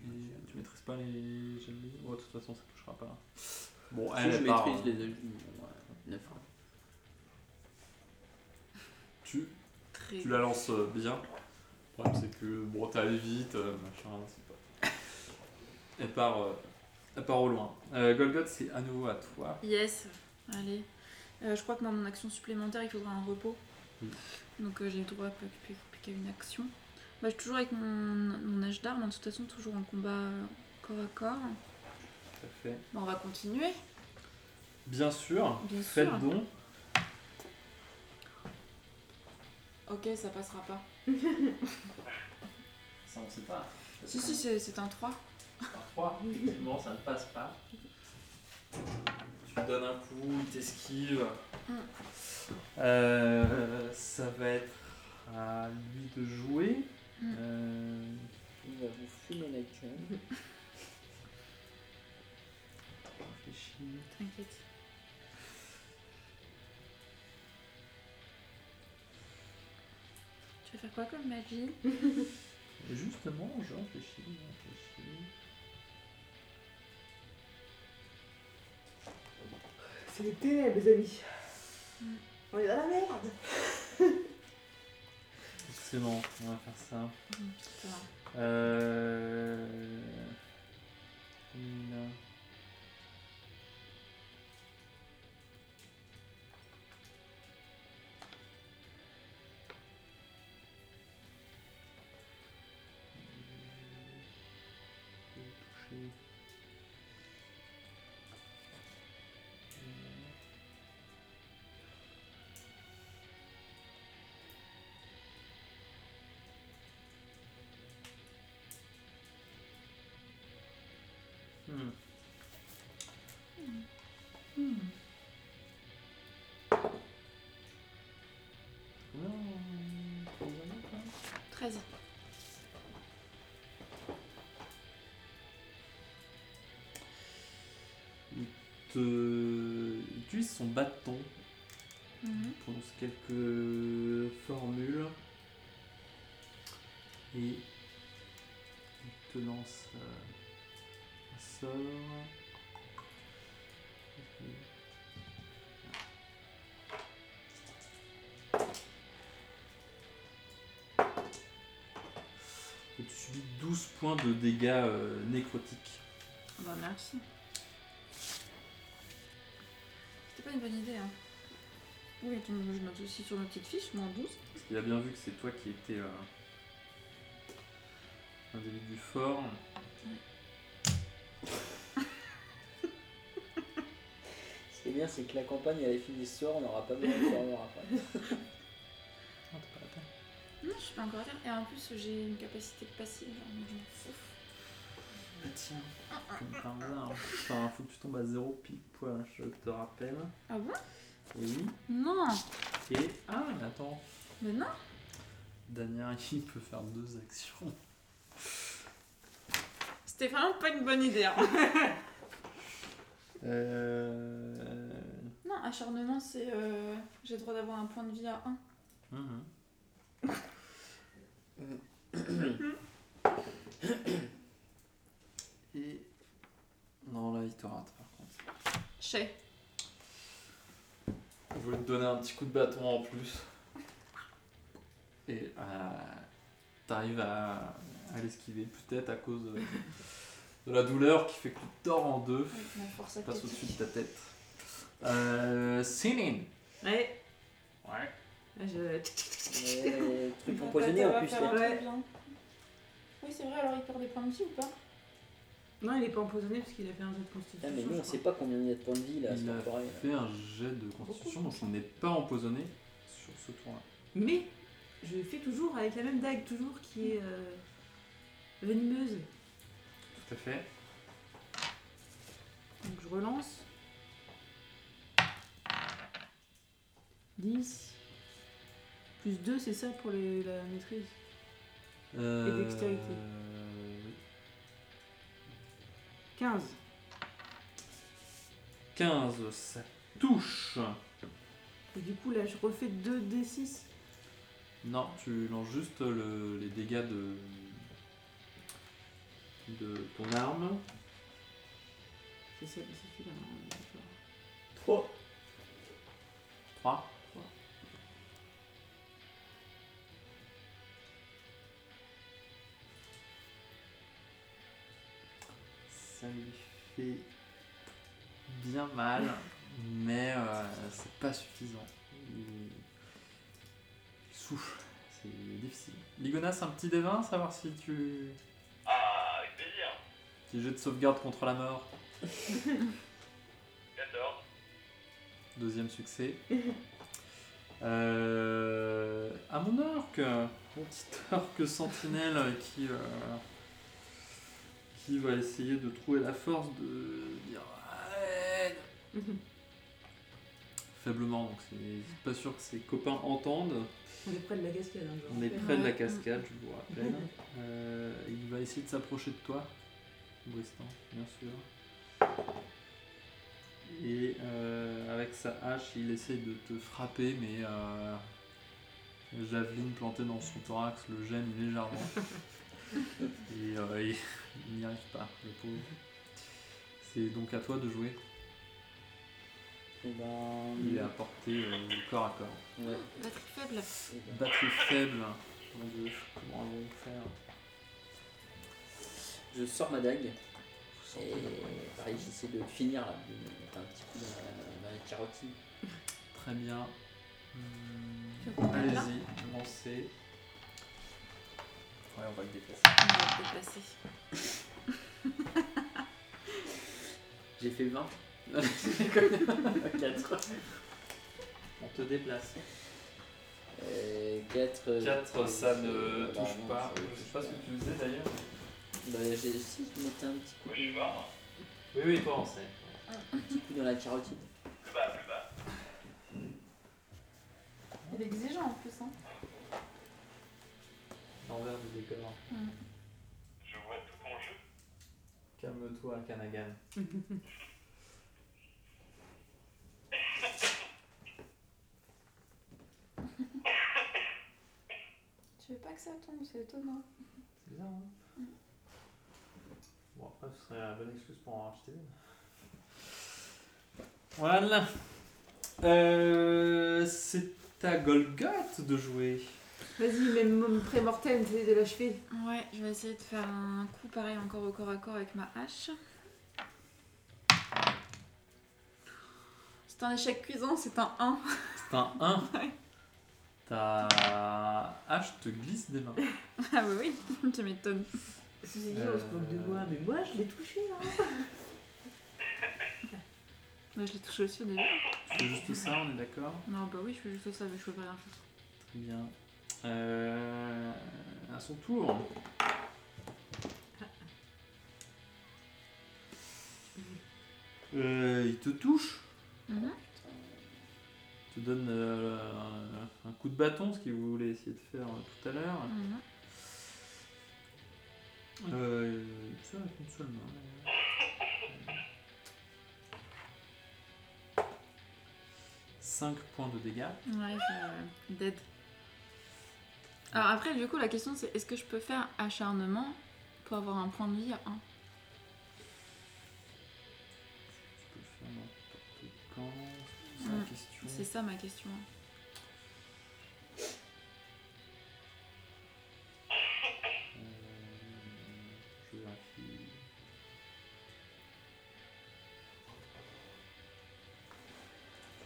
S1: et tu maîtrises pas les jets de dés Ouais, de toute façon, ça touchera pas.
S2: Bon,
S1: elle,
S2: je
S1: elle part,
S2: maîtrise
S1: hein.
S2: les objets. 9.
S1: Tu
S8: Très
S1: Tu la lances euh, bien. Le problème, c'est que bon, t'es allé vite, euh, machin, c'est pas. (laughs) Elle part, euh, elle part au loin. Euh, Golgoth, c'est à nouveau à toi.
S8: Yes, allez. Euh, je crois que dans mon action supplémentaire, il faudra un repos.
S1: Oui.
S8: Donc euh, j'ai le droit à plus- plus- plus qu'à une action. Bah, je suis toujours avec mon, mon âge d'arme, de toute façon, toujours en combat euh, corps à corps.
S1: Tout à fait.
S8: Bah, on va continuer,
S1: Bien sûr,
S8: bien
S1: faites
S8: sûr.
S1: donc.
S8: Ok, ça passera pas.
S2: Ça on sait pas.
S8: Si, si, c'est c'est un 3.
S2: Par 3, effectivement, ça ne passe pas.
S1: Tu donnes un coup, il t'esquive.
S8: Mm.
S1: Euh, ça va être à lui de jouer.
S8: Mm.
S1: Euh,
S2: Il va vous fumer la gueule.
S1: réfléchis.
S8: T'inquiète. Tu vas faire quoi comme magie
S1: Et Justement, je réfléchis, je réfléchis.
S10: C'est l'été, mes amis.
S8: Mm.
S10: On est dans la merde.
S1: Excellent, on va faire ça.
S8: Hum, putain.
S1: Euh... il a- Hmm.
S8: Hmm.
S1: Combien on- combien on a, là
S8: 13.
S1: te- il utilise son bâton,
S8: Mhm.
S1: il prononce quelques formules et il te lance euh, un sort. Et tu subis 12 points de dégâts euh, nécrotiques.
S8: Ah Bah merci. C'était pas une bonne idée, hein. Oui, mais tu me- je note aussi sur ma petite fiche, moins 12.
S1: Parce qu'il a bien vu que c'est toi qui étais euh, individu fort.
S2: Ce qui est bien, c'est que la campagne elle est finie ce soir, on n'aura pas besoin de faire voir après.
S8: Non, je suis pas encore à terre. Et en plus, j'ai une capacité passive. donc je m'en fous.
S1: Ah, tiens, comme par hasard. hein. Enfin, faut que tu tombes à zéro pile poil, hein, je te rappelle.
S8: Ah bon
S1: Et oui.
S8: Non
S1: Et. Ah, mais attends.
S8: Mais non
S1: Damien, (laughs) il peut faire deux actions.
S8: C'était vraiment pas une bonne idée. hein. (laughs)
S1: Euh.
S8: non, acharnement, c'est. euh, J'ai le droit d'avoir un point de vie à 1.
S1: mhm. (coughs) Et. Non, là, il te rate par contre.
S8: Chez.
S1: Je voulais te donner un petit coup de bâton en plus. Et euh, t'arrives à, à l'esquiver, peut-être à cause de, de la douleur qui fait que tu te tords en deux.
S8: Avec ma force
S1: Ça passe au-dessus
S8: athlétique.
S1: de ta tête. Euh, Sinin
S4: Ouais, Ah,
S1: Ouais.
S4: je.
S2: Mais truc
S8: Ah,
S2: empoisonné
S8: bah,
S2: en
S8: ça va
S2: plus
S8: faire
S2: là.
S8: un
S4: là.
S8: truc bien. Oui, c'est vrai, alors il perd des points de vie ou pas
S4: Non, il est pas empoisonné parce qu'il a fait un jeu de
S2: Ah,
S4: constitution.
S2: mais nous
S4: je
S2: on
S4: crois.
S2: sait pas combien il y a de points de vie là,
S1: Il
S2: c'est
S1: a
S2: pareil.
S1: fait un jet de constitution, donc il n'est pas empoisonné sur ce tour-là.
S4: Mais je fais toujours avec la même dague, toujours qui est. euh, venimeuse.
S1: Tout à fait.
S4: Donc je relance. 10. Plus 2, c'est ça pour les- la maîtrise
S1: Euh,
S4: dextérité.
S1: oui.
S4: 15.
S1: 15, ça touche.
S4: Et du coup, là, je refais 2 D6.
S1: Non, tu lances juste le- les dégâts de, de ton arme.
S4: C'est celle c'est celui-là, non, d'accord.
S2: 3.
S1: 3. Ça lui fait bien mal, mais euh, c'est pas suffisant. Il, il souffle, c'est difficile. Ligonas, un petit D20, savoir si tu.
S7: Ah, avec plaisir.
S1: Petit jet de sauvegarde contre la mort.
S7: 14.
S1: Deuxième succès. Euh, à mon orc, mon petit orc sentinelle qui, euh, qui va essayer de trouver la force de dire Aide
S8: Mhm.
S1: faiblement. Donc c'est pas sûr que ses copains entendent.
S4: On est près de la cascade. hein, genre.
S1: On est près de la cascade, je vous rappelle. Euh, il va essayer de s'approcher de toi, Bristan, bien sûr. Et euh, avec sa hache, il essaie de te frapper, mais euh, la javeline plantée dans son thorax le gêne légèrement. Et euh, il- il n'y arrive pas, le pauvre. C'est donc à toi de jouer.
S2: Et ben.
S1: Il est à portée euh, corps à corps.
S2: Ouais.
S8: Patrick faible.
S2: Et ben,
S1: Batterie faible. Mon dieu, comment allons-nous faire
S2: Je sors ma dague. Et pareil, j'essaie de finir là, de mettre un petit coup dans la, dans la carotide.
S1: Très bien.
S8: Tu
S1: Hmm,
S8: veux qu'on arrête là
S1: Allez-y, lancez. Ouais, on va le dépasser.
S8: On va le déplacer.
S2: J'ai fait
S1: (laughs)
S2: 20. 4.
S1: On te déplace.
S2: Euh, 4.
S1: 4, ça
S2: euh,
S1: ne touche pas. Je sais pas ce que tu faisais d'ailleurs.
S2: Bah, j'ai si, je mettais un petit coup,
S7: Oui, je suis mort.
S1: Oui, oui, toi, on sait.
S2: un petit coup dans la carotide.
S7: Plus bas, plus bas.
S8: Il est exigeant en plus. Hein.
S1: L'envers du décor.
S7: Je vois tout ton jeu.
S1: Calme-toi, Kanagan.
S8: Tu veux pas que ça tombe, c'est étonnant.
S1: C'est bizarre, hein Bon, après, ce serait la bonne excuse pour en racheter une. Voilà. Euh, c'est à Golgoth de jouer.
S4: Vas-y, même pré-mortem, essaye de l'achever.
S8: Ouais, je vais essayer de faire un coup pareil encore au corps à corps avec ma hache. C'est un échec cuisant, c'est un 1.
S1: C'est un 1.
S8: (laughs)
S1: Ta hache te glisse des mains.
S8: Ah bah oui, (laughs) tu m'étonnes.
S4: Ceci dit, on se moque de
S1: Euh.
S4: moi, mais moi je l'ai touché. Hein.
S8: Ouais, Bah, je l'ai touché aussi au début.
S1: C'est juste ça, on est d'accord
S8: Non, bah oui, je fais juste ça, mais je peux pas rien faire.
S1: Très bien. Euh, à son tour. Euh, il te touche.
S8: Mhm.
S1: Il te donne euh, un- un, coup de bâton, ce qu'il voulait essayer de faire euh, tout à l'heure.
S8: Mhm.
S1: Euh, il te fait avec une seule main. d'ailleurs. 5 points de dégâts.
S8: Ouais, je... dead. Alors après, du coup, la question c'est est-ce que je peux faire acharnement pour avoir un point de vie à 1
S1: Tu peux le faire n'importe quand. C'est ça la
S8: Mm.
S1: question.
S8: C'est ça ma question.
S1: Euh, je vérifie.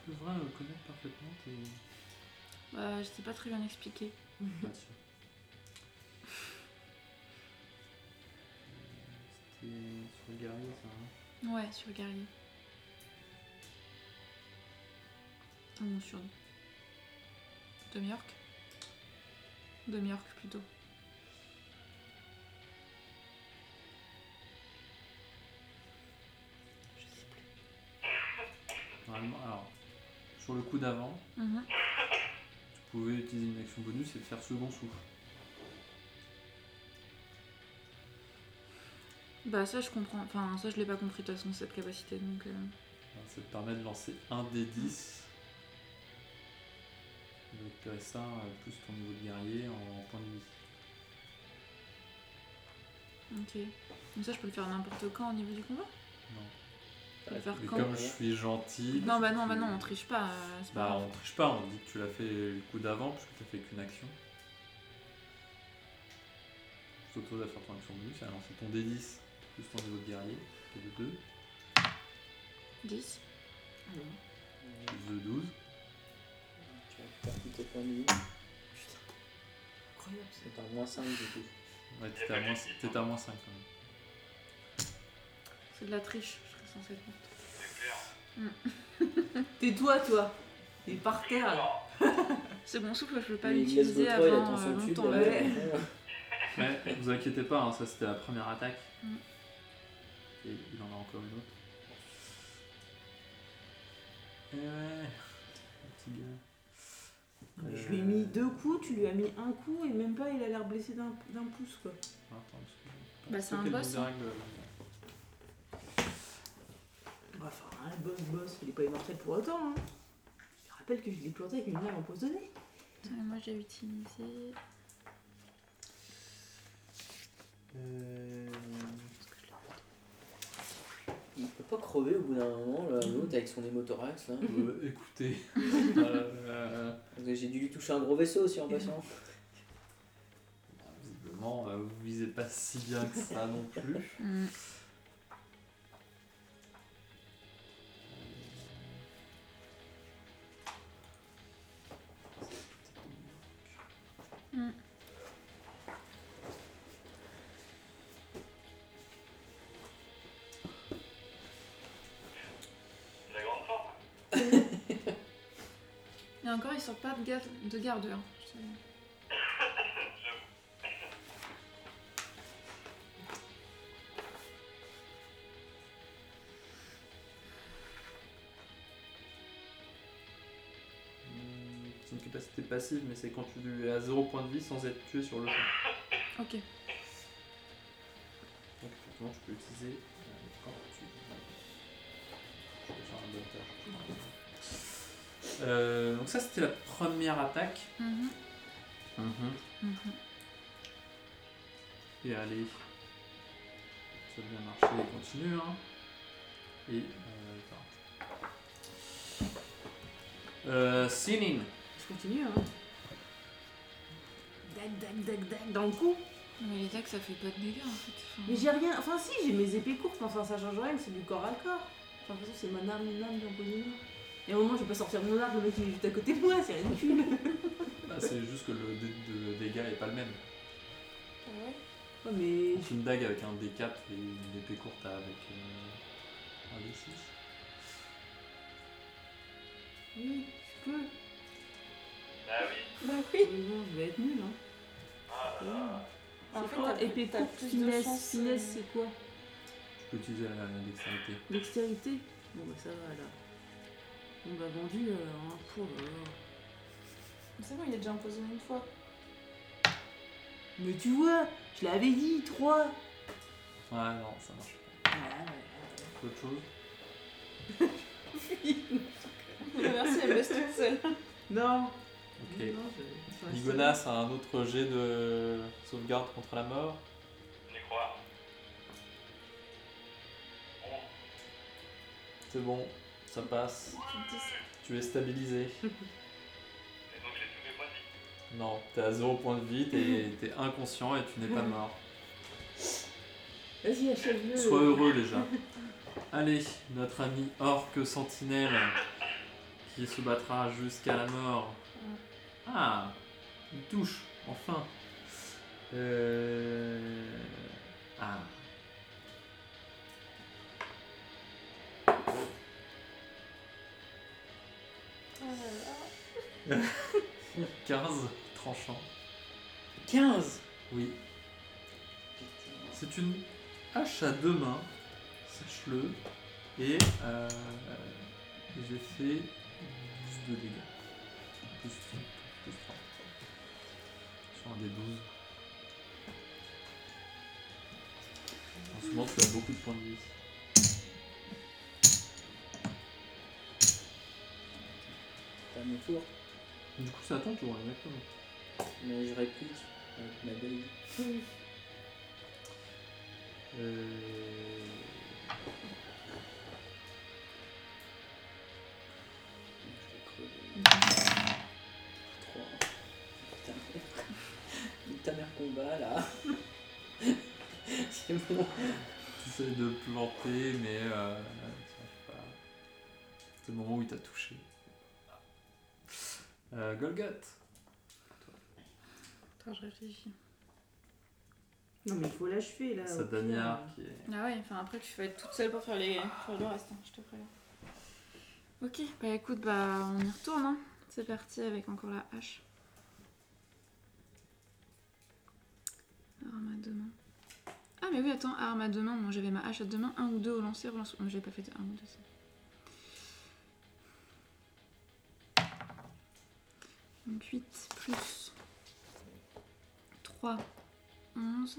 S1: Tu devrais euh, connaître parfaitement tes.
S8: Bah, je sais pas très bien expliquer.
S1: Pas sûr. Euh, C'était sur le guerrier, ça. hein.
S8: Ouais, sur le guerrier. Ah non, sur. Demi-orc Demi-orc plutôt.
S1: généralement. Alors, sur le coup d'avant,
S8: Mhm.
S1: tu pouvais utiliser une action bonus et faire second souffle.
S8: Bah ça je comprends, enfin ça je l'ai pas compris de toute façon cette capacité donc... euh,
S1: Alors, Ça te permet de lancer un des 10. Tu vas récupérer ça euh, plus ton niveau de guerrier en point de vie.
S8: ok. Donc ça je peux le faire n'importe quand au niveau du combat
S1: Non.
S8: Je peux le faire
S1: Mais
S8: quand
S1: comme je suis gentil.
S8: Non bah non
S1: tu-
S8: bah non on triche pas, euh, c'est pas
S1: Bah
S8: grave.
S1: on triche pas, on dit que tu l'as fait le coup d'avant puisque t'as fait qu'une action. Je t'autorise à faire ton action bonus, alors c'est ton D10 plus ton niveau de guerrier, qui est de 2,
S8: 10
S1: plus de 12.
S2: Euh, Tu récupères tous tes points de vie.
S4: Incroyable.
S2: C'est un moins 5 du coup.
S1: Ouais, t'étais à, moins, t'étais à moins hein. 5 quand même.
S8: C'est de la triche, je serais censée être morte.
S4: Tais-toi, toi. T'es par terre.
S8: C'est bon souffle, je peux pas
S2: Il laisse
S8: l'utiliser
S2: votre oreille
S8: avant
S2: dans son
S8: euh,
S2: tube,
S8: longtemps.
S2: là.
S4: ouais.
S2: (laughs)
S1: Ouais, vous inquiétez pas, hein, ça c'était la première attaque.
S8: Mm.
S1: Et il en a encore une autre. Eh ouais, le petit gars.
S4: Mais Je
S1: Euh,
S4: lui ai mis deux coups, tu lui as mis un coup et même pas, il a l'air blessé d'un d'un pouce quoi.
S1: Attends, parce que-
S8: Bah, c'est un
S1: Quel
S8: boss,
S1: niveau de
S8: hein.
S1: règle, euh,
S4: Enfin, un boss boss, il est pas immortel pour autant. Hein. Je te rappelle que je l'ai planté avec une lame empoisonnée.
S8: Attends, Moi j'ai utilisé...
S2: Il peut pas crever au bout d'un moment, là, l'autre avec son hémothorax. Là.
S6: Mhm.
S8: (laughs)
S1: Euh, écoutez, euh,
S2: Parce que J'ai dû lui toucher un gros vaisseau aussi en passant.
S1: visiblement, euh, vous visez pas si bien que ça non plus.
S8: Hmm. Mm.
S7: La grande forme.
S8: Et encore ils sortent pas de, garde, hein, de gardeur. C'est-
S1: Hmm, C'est une capacité passive, mais c'est quand tu es à 0 point de vie sans être tué sur le champ.
S8: Ok.
S1: Donc, effectivement, tu peux utiliser euh, quand tu. Je vais faire un avantage. Euh, donc, ça c'était la première attaque.
S8: Mhm, mhm.
S1: Et allez, ça a bien marché, continue. Hein. Et. Euh, attends. Euh, Sinin.
S4: Je continue, hein. Dac, dac, dac, dac, dans le coup.
S8: Mais les dagues ça fait pas de dégâts en fait. Enfin,
S4: Mais j'ai rien. Enfin, si, j'ai mes épées courtes, mais enfin, ça change rien, c'est du corps à corps. Enfin, de toute façon, c'est mon arme, une arme, j'ai empoisonné. Et à un moment, je vais pas sortir mon arme, le mec il est juste à côté de moi, c'est (laughs) ridicule.
S1: Là, c'est juste que le dé de dégât est pas le même.
S8: Ah ouais.
S4: Ouais, mais.
S1: Donc, une dague avec un D4 et une épée courte avec euh, un D6.
S4: Oui, je peux.
S7: Bah oui.
S8: Bah oui.
S4: Mais bon, je vais être nulle, hein.
S7: Ah, là, là.
S8: En
S4: C'est
S8: fait,
S4: quoi
S8: t'as-
S4: Épée
S8: t'as
S4: courte,
S8: plus de
S4: finesse.
S8: chance,
S4: finesse,
S8: euh,
S4: c'est quoi
S1: Tu peux utiliser la, la dextérité.
S4: Dextérité Bon, bah ça va alors. On m'a vendu euh, un pour. euh,
S8: C'est bon, il est déjà imposé une fois.
S4: Mais tu vois, je l'avais dit, Ah, 3
S1: Ouais, non, ça marche pas. Autre chose
S8: (laughs) Merci, elle baisse toute seule.
S4: Non
S1: Ok.
S4: Non, je- ça reste-
S1: Ligonas a un autre jet de sauvegarde contre la mort.
S7: Nécroar. Onze.
S1: C'est bon, ça passe. Tu es stabilisé.
S7: Et donc j'ai tous mes points de vie.
S1: Non, t'es à 0 point de vie, t'es, t'es inconscient et tu n'es pas mort.
S4: Vas-y, achève-le.
S1: Sois heureux déjà. Allez, notre ami Orc Sentinelle qui se battra jusqu'à la mort. Ah, une touche, enfin. Euh... Ah.
S8: Ah là là.
S1: 15 tranchant.
S2: 15
S1: Oui, C'est une hache à deux mains, sache-le. Et euh,
S6: Je fais plus de dégâts. Plus 30. Plus 30. Sur un des 12. En ce moment, tu as beaucoup de points de vie.
S2: T'as mon tour,
S6: Du coup, c'est à ton tour, exactement.
S2: mais je réplique avec ma belle.
S6: Euh...
S2: Trois. Putain, merde. Nique (laughs) Ta mère combat là. (laughs) C'est bon.
S6: Tu essaies de planter, mais euh, tu arrives pas. C'est le moment où il t'a touché. Ah. Euh, Golgat.
S8: Attends, je réfléchis.
S11: Non, mais il faut l'achever là. au pire.
S6: Sadania qui est.
S8: Ah ouais, enfin après tu vas être toute seule pour faire, les... faire le reste, hein, je te préviens. Ok, bah écoute, bah on y retourne. Hein. C'est parti avec encore la hache. Arme à deux mains. Ah mais oui, attends, arme à deux mains, moi j'avais ma hache à deux mains, un ou deux au lancer, au lancer. J'avais pas fait de un ou deux. ça. Donc 8 plus 3, 11.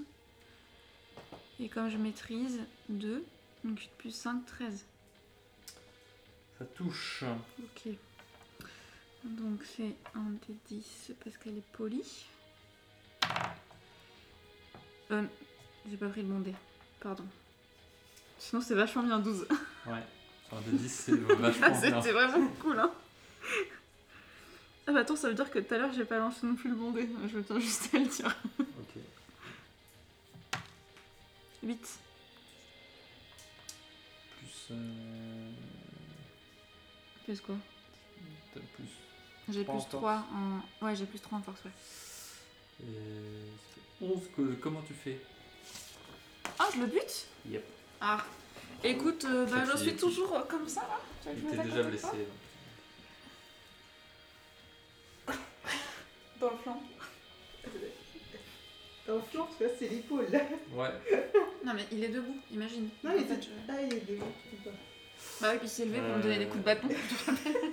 S8: Et comme je maîtrise, 2, donc 8 plus 5, 13.
S6: Ça touche.
S8: Ok. Donc c'est un des 10 parce qu'elle est polie. Euh, n- j'ai pas pris le bon dé, pardon. Sinon c'est vachement bien 12.
S6: Ouais. Sur un des 10, c'est
S11: (laughs)
S6: vachement
S8: (laughs)
S6: bien.
S8: C'était vraiment cool, hein Ah bah attends, ça veut dire que tout à l'heure j'ai pas lancé non plus le bon dé. Je me tiens juste à le dire.
S6: Ok.
S8: 8.
S6: Plus. Euh...
S8: Plus quoi
S6: T'as plus.
S8: J'ai
S6: Trois
S8: plus
S6: en force.
S8: 3 en... Ouais, j'ai plus 3 en force, ouais.
S1: Euh,
S6: Et... ça fait 11, que... comment tu fais
S8: Ah, je le bute
S6: Yep.
S8: Ah. Écoute, euh,
S6: Ça,
S8: bah, j'en
S6: tu-
S8: suis toujours euh, comme ça, là. Tu veux que
S6: Il
S8: je me
S6: t'est
S8: tape
S6: déjà
S8: contre
S6: blessé.
S8: toi
S6: donc.
S8: Dans le flanc.
S4: Dans le flanc, parce que là, c'est l'épaule. Là,
S6: Ouais.
S8: Non, mais il est debout, imagine.
S4: non,
S8: En
S4: il
S8: fait,
S4: était.
S8: je-
S4: Ah, il est debout.
S8: Bah oui, puis il s'est levé pour me donner des coups de bâton.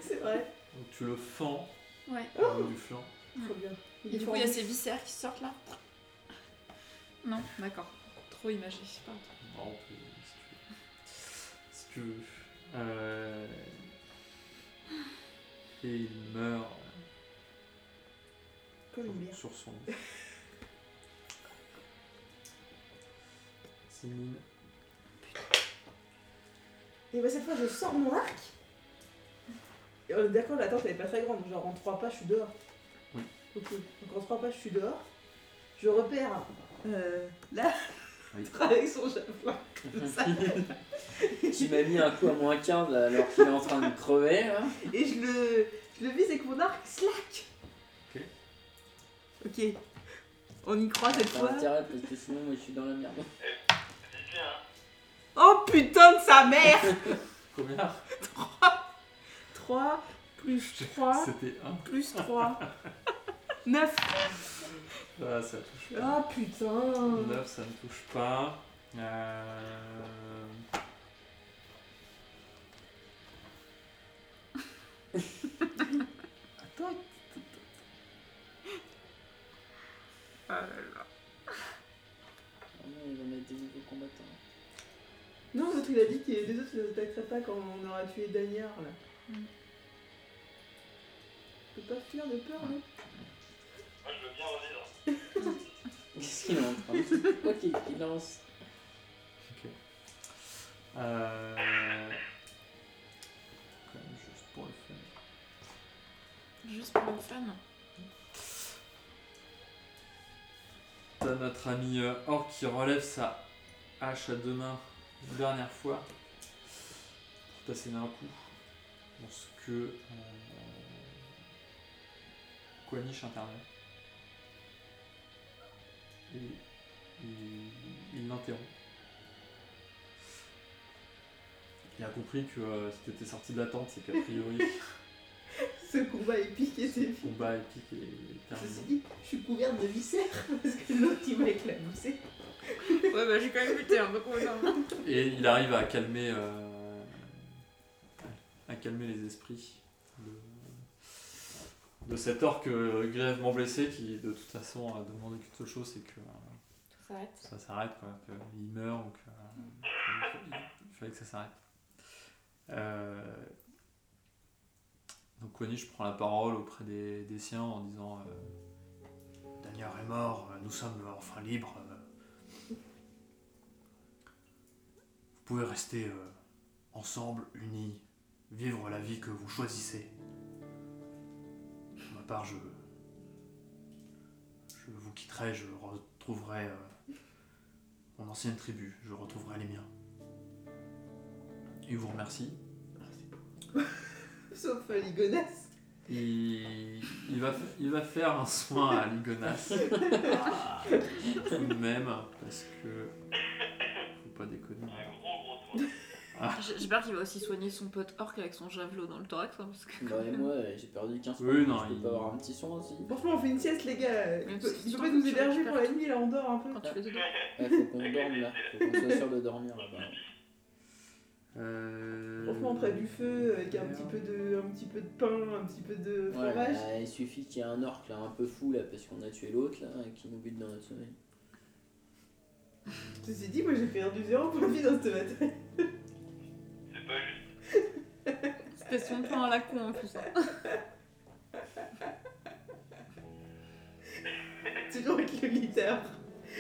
S4: C'est vrai.
S6: Donc tu le fends
S8: Ouais.
S6: au niveau du flanc.
S4: Trop bien.
S8: Et du coup, il y a ses viscères qui sortent, là. Non, d'accord. Trop imagé, pardon.
S6: Bon, on peut- si tu veux. Si tu veux. Euh, Et il meurt
S1: euh,
S4: Comme une bière.
S6: sur son lit. Sinine.
S4: Et bah, cette fois, je sors mon arc. Et on est d'accord, la tente, elle est pas très grande. Genre, en trois pas, je suis dehors.
S6: Oui.
S4: Ok. Donc, en trois pas, je suis dehors. Je repère. Euh, là, (laughs)
S6: Oui.
S4: avec son javelot.
S2: Tu m'as mis un coup à moins 15 là, alors qu'il est en train de crever là.
S4: Et je le, je le vise avec mon arc slack.
S6: Ok.
S4: Ok. On y croit cette
S2: T'as
S4: fois.
S2: intérêt parce que sinon moi je suis dans la merde.
S7: Dis bien, hein.
S4: Oh putain de
S6: (laughs)
S4: sa mère
S6: Combien
S11: Ah.
S4: 3 plus 3
S6: C'était 1.
S4: plus
S6: (laughs)
S4: 3. 9.
S6: Ah, ça touche pas.
S4: Ah
S11: Oh.
S4: putain.
S6: 9, ça ne touche pas. Euh,
S4: Attends.
S2: Ah non, il va mettre des nouveaux combattants.
S4: Non, l'autre il a dit que les autres ils nous attaqueraient pas quand on aura tué Daniel là.
S8: Mm.
S4: Je peux pas fuir de peur, non
S7: moi je veux bien revivre.
S2: Qu'est-ce qu'il est en train de faire Ok, il lance.
S6: Euh... Quand même juste pour le fun.
S8: Juste pour le fun.
S6: T'as notre ami euh, Orc qui relève sa hache à deux mains une dernière fois pour t'asséner un coup. Parce que. Euh, Quanish intervient. Et il- il l'interrompt. Il a compris que euh, si t'étais sorti de la tente, c'est qu'a priori, (laughs)
S4: Ce combat épique et c'est
S6: le
S4: fou.
S6: combat épique est
S4: Je me
S6: terminé.
S4: suis dit, je suis couverte de viscères
S8: (laughs)
S4: parce que l'autre il m'a éclaboussé.
S11: Ouais, bah j'ai quand même buté un peu quand même.
S6: Et il arrive à calmer, euh, à à calmer les esprits de, de cet orc euh, grièvement blessé qui, de toute façon, a demandé qu'une seule chose c'est que euh,
S5: Tout s'arrête.
S6: ça s'arrête, quoi, qu'il meurt ou que. euh, il- il fallait que ça s'arrête. Euh,
S3: Donc Quanish prend la parole auprès des, des siens en disant euh, Daniel est mort, euh, nous sommes enfin libres. euh. Vous pouvez rester euh, ensemble, unis, vivre la vie que vous choisissez. Pour ma part, je, je vous quitterai, je retrouverai euh, mon ancienne tribu, je retrouverai les miens. Et vous remercie.
S8: Sauf euh, Ligonesse.
S6: Il, il va, il va faire un soin à Ligonas. Tout de même, parce que. Faut pas déconner.
S7: Un gros gros toit.
S6: Ah.
S5: J'ai j'ai peur qu'il va aussi soigner son pote orc avec son javelot dans le thorax. hein, parce que...
S2: Bah, et moi, euh, j'ai perdu 15 points.
S6: Oui, non,
S2: je peux
S6: il-
S2: pas avoir un petit son aussi.
S8: Franchement, on fait une sieste, les gars.
S5: Même
S8: Il peut,
S5: si
S8: il
S5: tu
S8: peut pas
S5: t'en
S8: nous
S5: fous,
S8: héberger
S5: tu
S8: pour la nuit, là, on dort un peu.
S5: Quand tu fais dedans.
S2: Ouais, faut qu'on dorme là, faut qu'on soit sûr de dormir bah. là-bas.
S6: Euh,
S8: Franchement, près du feu, avec un petit peu de, un petit peu de pain, un petit peu de
S2: Ouais,
S8: fromage.
S2: bah, il suffit qu'il y ait un orc là un peu fou là parce qu'on a tué l'autre là qui nous bute dans notre sommeil.
S8: Ceci dit, moi, j'ai fait un du zéro pour la vie dans cette matin.
S7: C'est pas juste.
S5: C'était son plan à la con en plus. hein.
S8: (laughs) Toujours avec le glitter.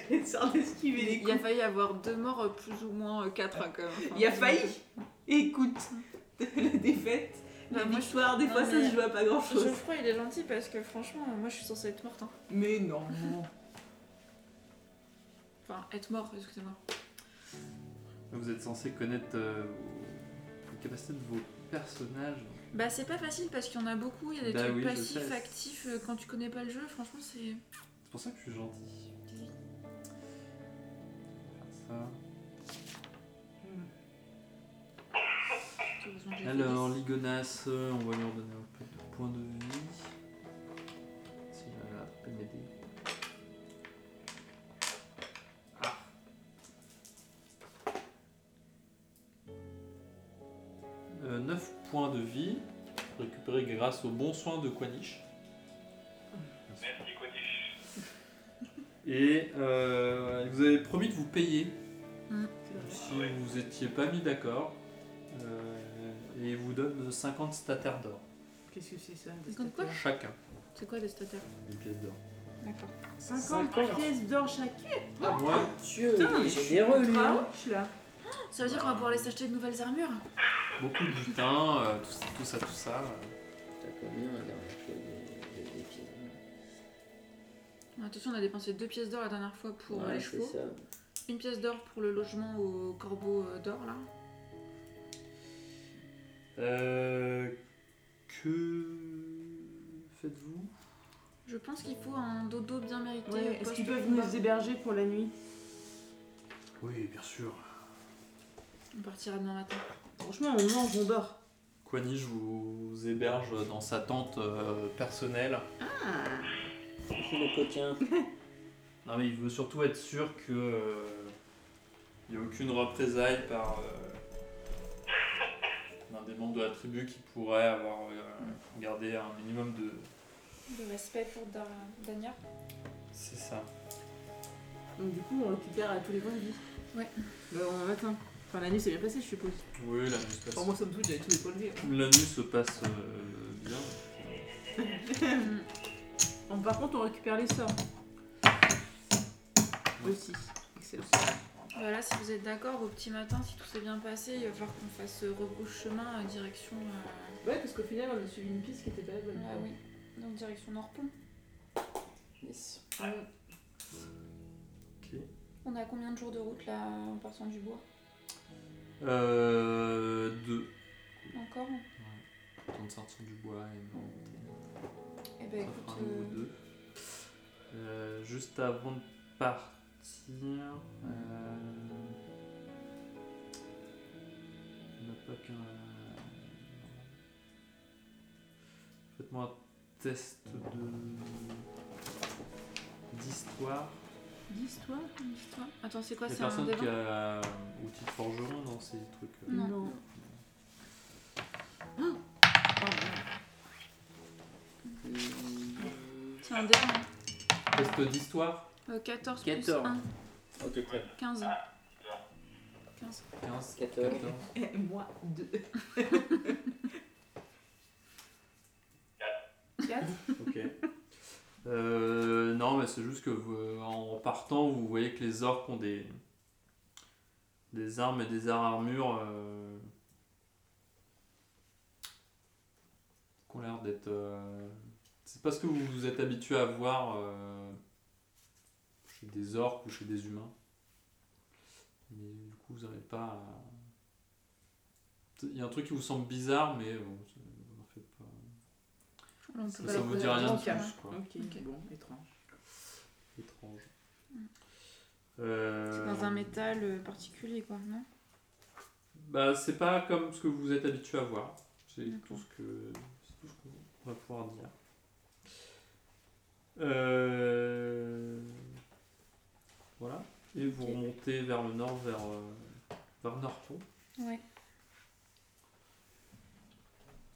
S8: Et de sorte d'esquiver les
S5: Il y a
S8: coups.
S5: failli avoir deux morts, euh, plus ou moins euh, quatre hein, quand même. Enfin,
S8: Il y a
S5: c'est-
S8: failli. Écoute, la défaite,
S5: Bah,
S8: la
S5: moi, je-
S8: victoire, des
S5: non,
S8: fois, ça
S5: mais- euh,
S8: se joue à pas grand-chose.
S5: Geoffroy il est gentil parce que franchement moi je suis censée être morte. hein.
S8: Mais non.
S5: Enfin être mort, excusez-moi.
S6: Vous êtes censé connaître euh, vos- les capacités de vos personnages.
S5: Bah c'est pas facile parce qu'il y en a beaucoup, il y a des
S6: Bah
S5: trucs
S6: oui, je
S5: passifs,
S6: sais.
S5: actifs, euh, quand tu connais pas le jeu, franchement c'est...
S6: C'est pour ça que je suis gentil. Ça.
S5: Heureusement que j'ai fait
S6: Alors,
S5: des-
S6: Ligonas, euh, on va lui redonner un peu de points de vie. Si j'arrive à attraper mes dés. Ah. Euh, 9 points de vie récupérés grâce au bon soin de Quanish.
S7: Merci Quatiche.
S6: Et euh, il vous avez promis de vous payer si
S7: Ouais.
S6: vous étiez pas mis d'accord. Euh, et il vous donne 50 staters d'or
S8: Qu'est-ce que c'est ça
S5: Ils comptent quoi
S6: chacun.
S5: C'est quoi des staters
S6: Une pièce d'or.
S5: D'accord.
S4: 50 pièces d'or chacune.
S6: Moi,
S2: Dieu,
S4: Putain,
S2: il
S4: mais
S2: est
S4: je
S2: généreux lui
S4: Ah,
S2: hein.
S4: ouch, là.
S5: Ça veut dire qu'on
S6: Bah.
S5: va pouvoir aller s'acheter de nouvelles armures
S6: beaucoup de butin, euh, tout, ça- tout ça, tout ça. euh.
S2: T'as combien la dernière fois des, des, des pieds
S5: Attention on a dépensé deux pièces d'or la dernière fois pour euh,
S2: Ouais,
S5: les
S2: c'est
S5: chevaux.
S2: ça.
S5: Une pièce d'or pour le logement au corbeau euh, d'or là.
S6: Euh, que faites-vous
S5: Je pense qu'il faut un dodo bien mérité.
S4: Ouais,
S5: au
S4: Est-ce
S5: poste
S4: qu'ils
S5: de
S4: peuvent
S5: combat.
S4: nous héberger pour la nuit
S3: Oui, bien sûr.
S5: On partira demain matin.
S4: Franchement, on mange, on dort.
S6: Quanish vous héberge dans sa tente euh, personnelle.
S2: Le coquin.
S6: Non mais il veut surtout être sûr que euh, il n'y a aucune représailles par euh, l'un des membres de la tribu qui pourrait avoir euh, gardé un minimum de.
S5: De respect pour (laughs) Dania.
S6: C'est ça.
S4: Donc du coup, on récupère à tous les points de vie.
S5: Ouais.
S4: Le lendemain matin. Enfin, la nuit s'est bien passée, je suppose.
S6: Oui, la nuit se passe.
S4: Enfin, moi, somme toute, j'avais tous les points de vie.
S8: hein.
S6: La nuit se passe euh, bien.
S5: Euh,
S4: Bon, par contre, on récupère les sorts. Aussi. Excellent.
S5: Voilà, si vous êtes d'accord, au petit matin, si tout s'est bien passé, il va falloir qu'on fasse euh, rebrouche chemin euh, direction. euh,
S8: Ouais, parce qu'au final, on a suivi une piste qui était pas la bonne.
S5: Ah oui. Donc direction Nordpont.
S2: Yes.
S5: On a combien de jours de route là en partant du bois
S6: Euh, deux.
S5: Encore
S6: Temps de sortir du bois et de monter.
S5: Eh ben
S6: Ça
S5: écoute,
S6: fera un ou
S5: euh,
S6: deux. Euh, juste avant de partir, euh, on n'a pas qu'un. Faites-moi un test de d'histoire.
S4: D'histoire
S5: dis-toi. Attends, c'est quoi
S6: Il n'y a
S5: C'est un
S6: personne qui
S5: débat
S6: a outil de forgeron dans ces trucs. euh,
S5: Non.
S4: Non.
S6: non.
S4: Ah,
S5: C'est un dernier.
S6: Test d'histoire
S5: Euh, 14,
S2: Quatorze.
S5: plus
S2: Ok, très bien.
S5: 1, 15.
S7: Ah.
S5: 15.
S6: 15,
S2: 14.
S6: 14.
S8: Moi, deux.
S4: 4.
S6: Ok. Euh, non, mais c'est juste que vous- en partant, vous voyez que les orques ont des, des armes et des armures euh, qui ont l'air d'être. euh, c'est pas ce que vous vous êtes habitué à voir euh, chez des orques ou chez des humains. Mais du coup, vous n'arrivez pas à. Il y a un truc qui vous semble bizarre, mais bon, ça vous en fait pas.
S5: On peut
S6: Ça,
S5: pas
S6: ça
S5: leur
S6: vous
S5: poser
S6: dit
S5: la
S6: rien de
S5: question.
S6: plus, quoi.
S8: ok, bon, étrange.
S6: Étrange.
S5: Mm.
S6: Euh,
S5: C'est dans un métal euh, particulier, quoi, non
S6: Bah, c'est pas comme ce que vous êtes habitué à voir. C'est
S5: D'accord.
S6: tout ce que c'est tout ce qu'on va pouvoir dire. Euh, Voilà. Et vous
S5: Ok.
S6: remontez vers le nord, vers, euh, vers Norton.
S5: Ouais.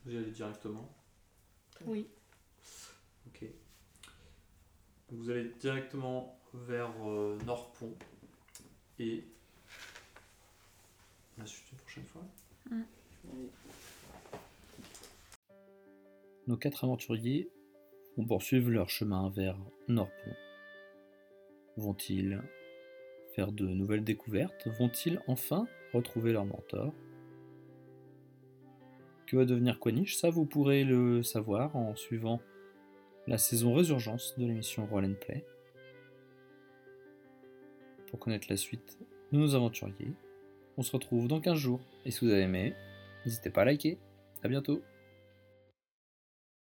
S6: Vous y allez directement.
S5: Oui.
S6: Ok. Donc vous allez directement vers euh, Nord-Pont et la suite une prochaine fois.
S2: Oui.
S1: Nos quatre aventuriers vont poursuivre leur chemin vers Nordpont. Vont-ils faire de nouvelles découvertes Vont-ils enfin retrouver leur mentor Que va devenir Quaniche Ça, vous pourrez le savoir en suivant la saison Résurgence de l'émission Roll and Play. Pour connaître la suite de nos aventuriers, on se retrouve dans 15 jours. Et si vous avez aimé, n'hésitez pas à liker. À bientôt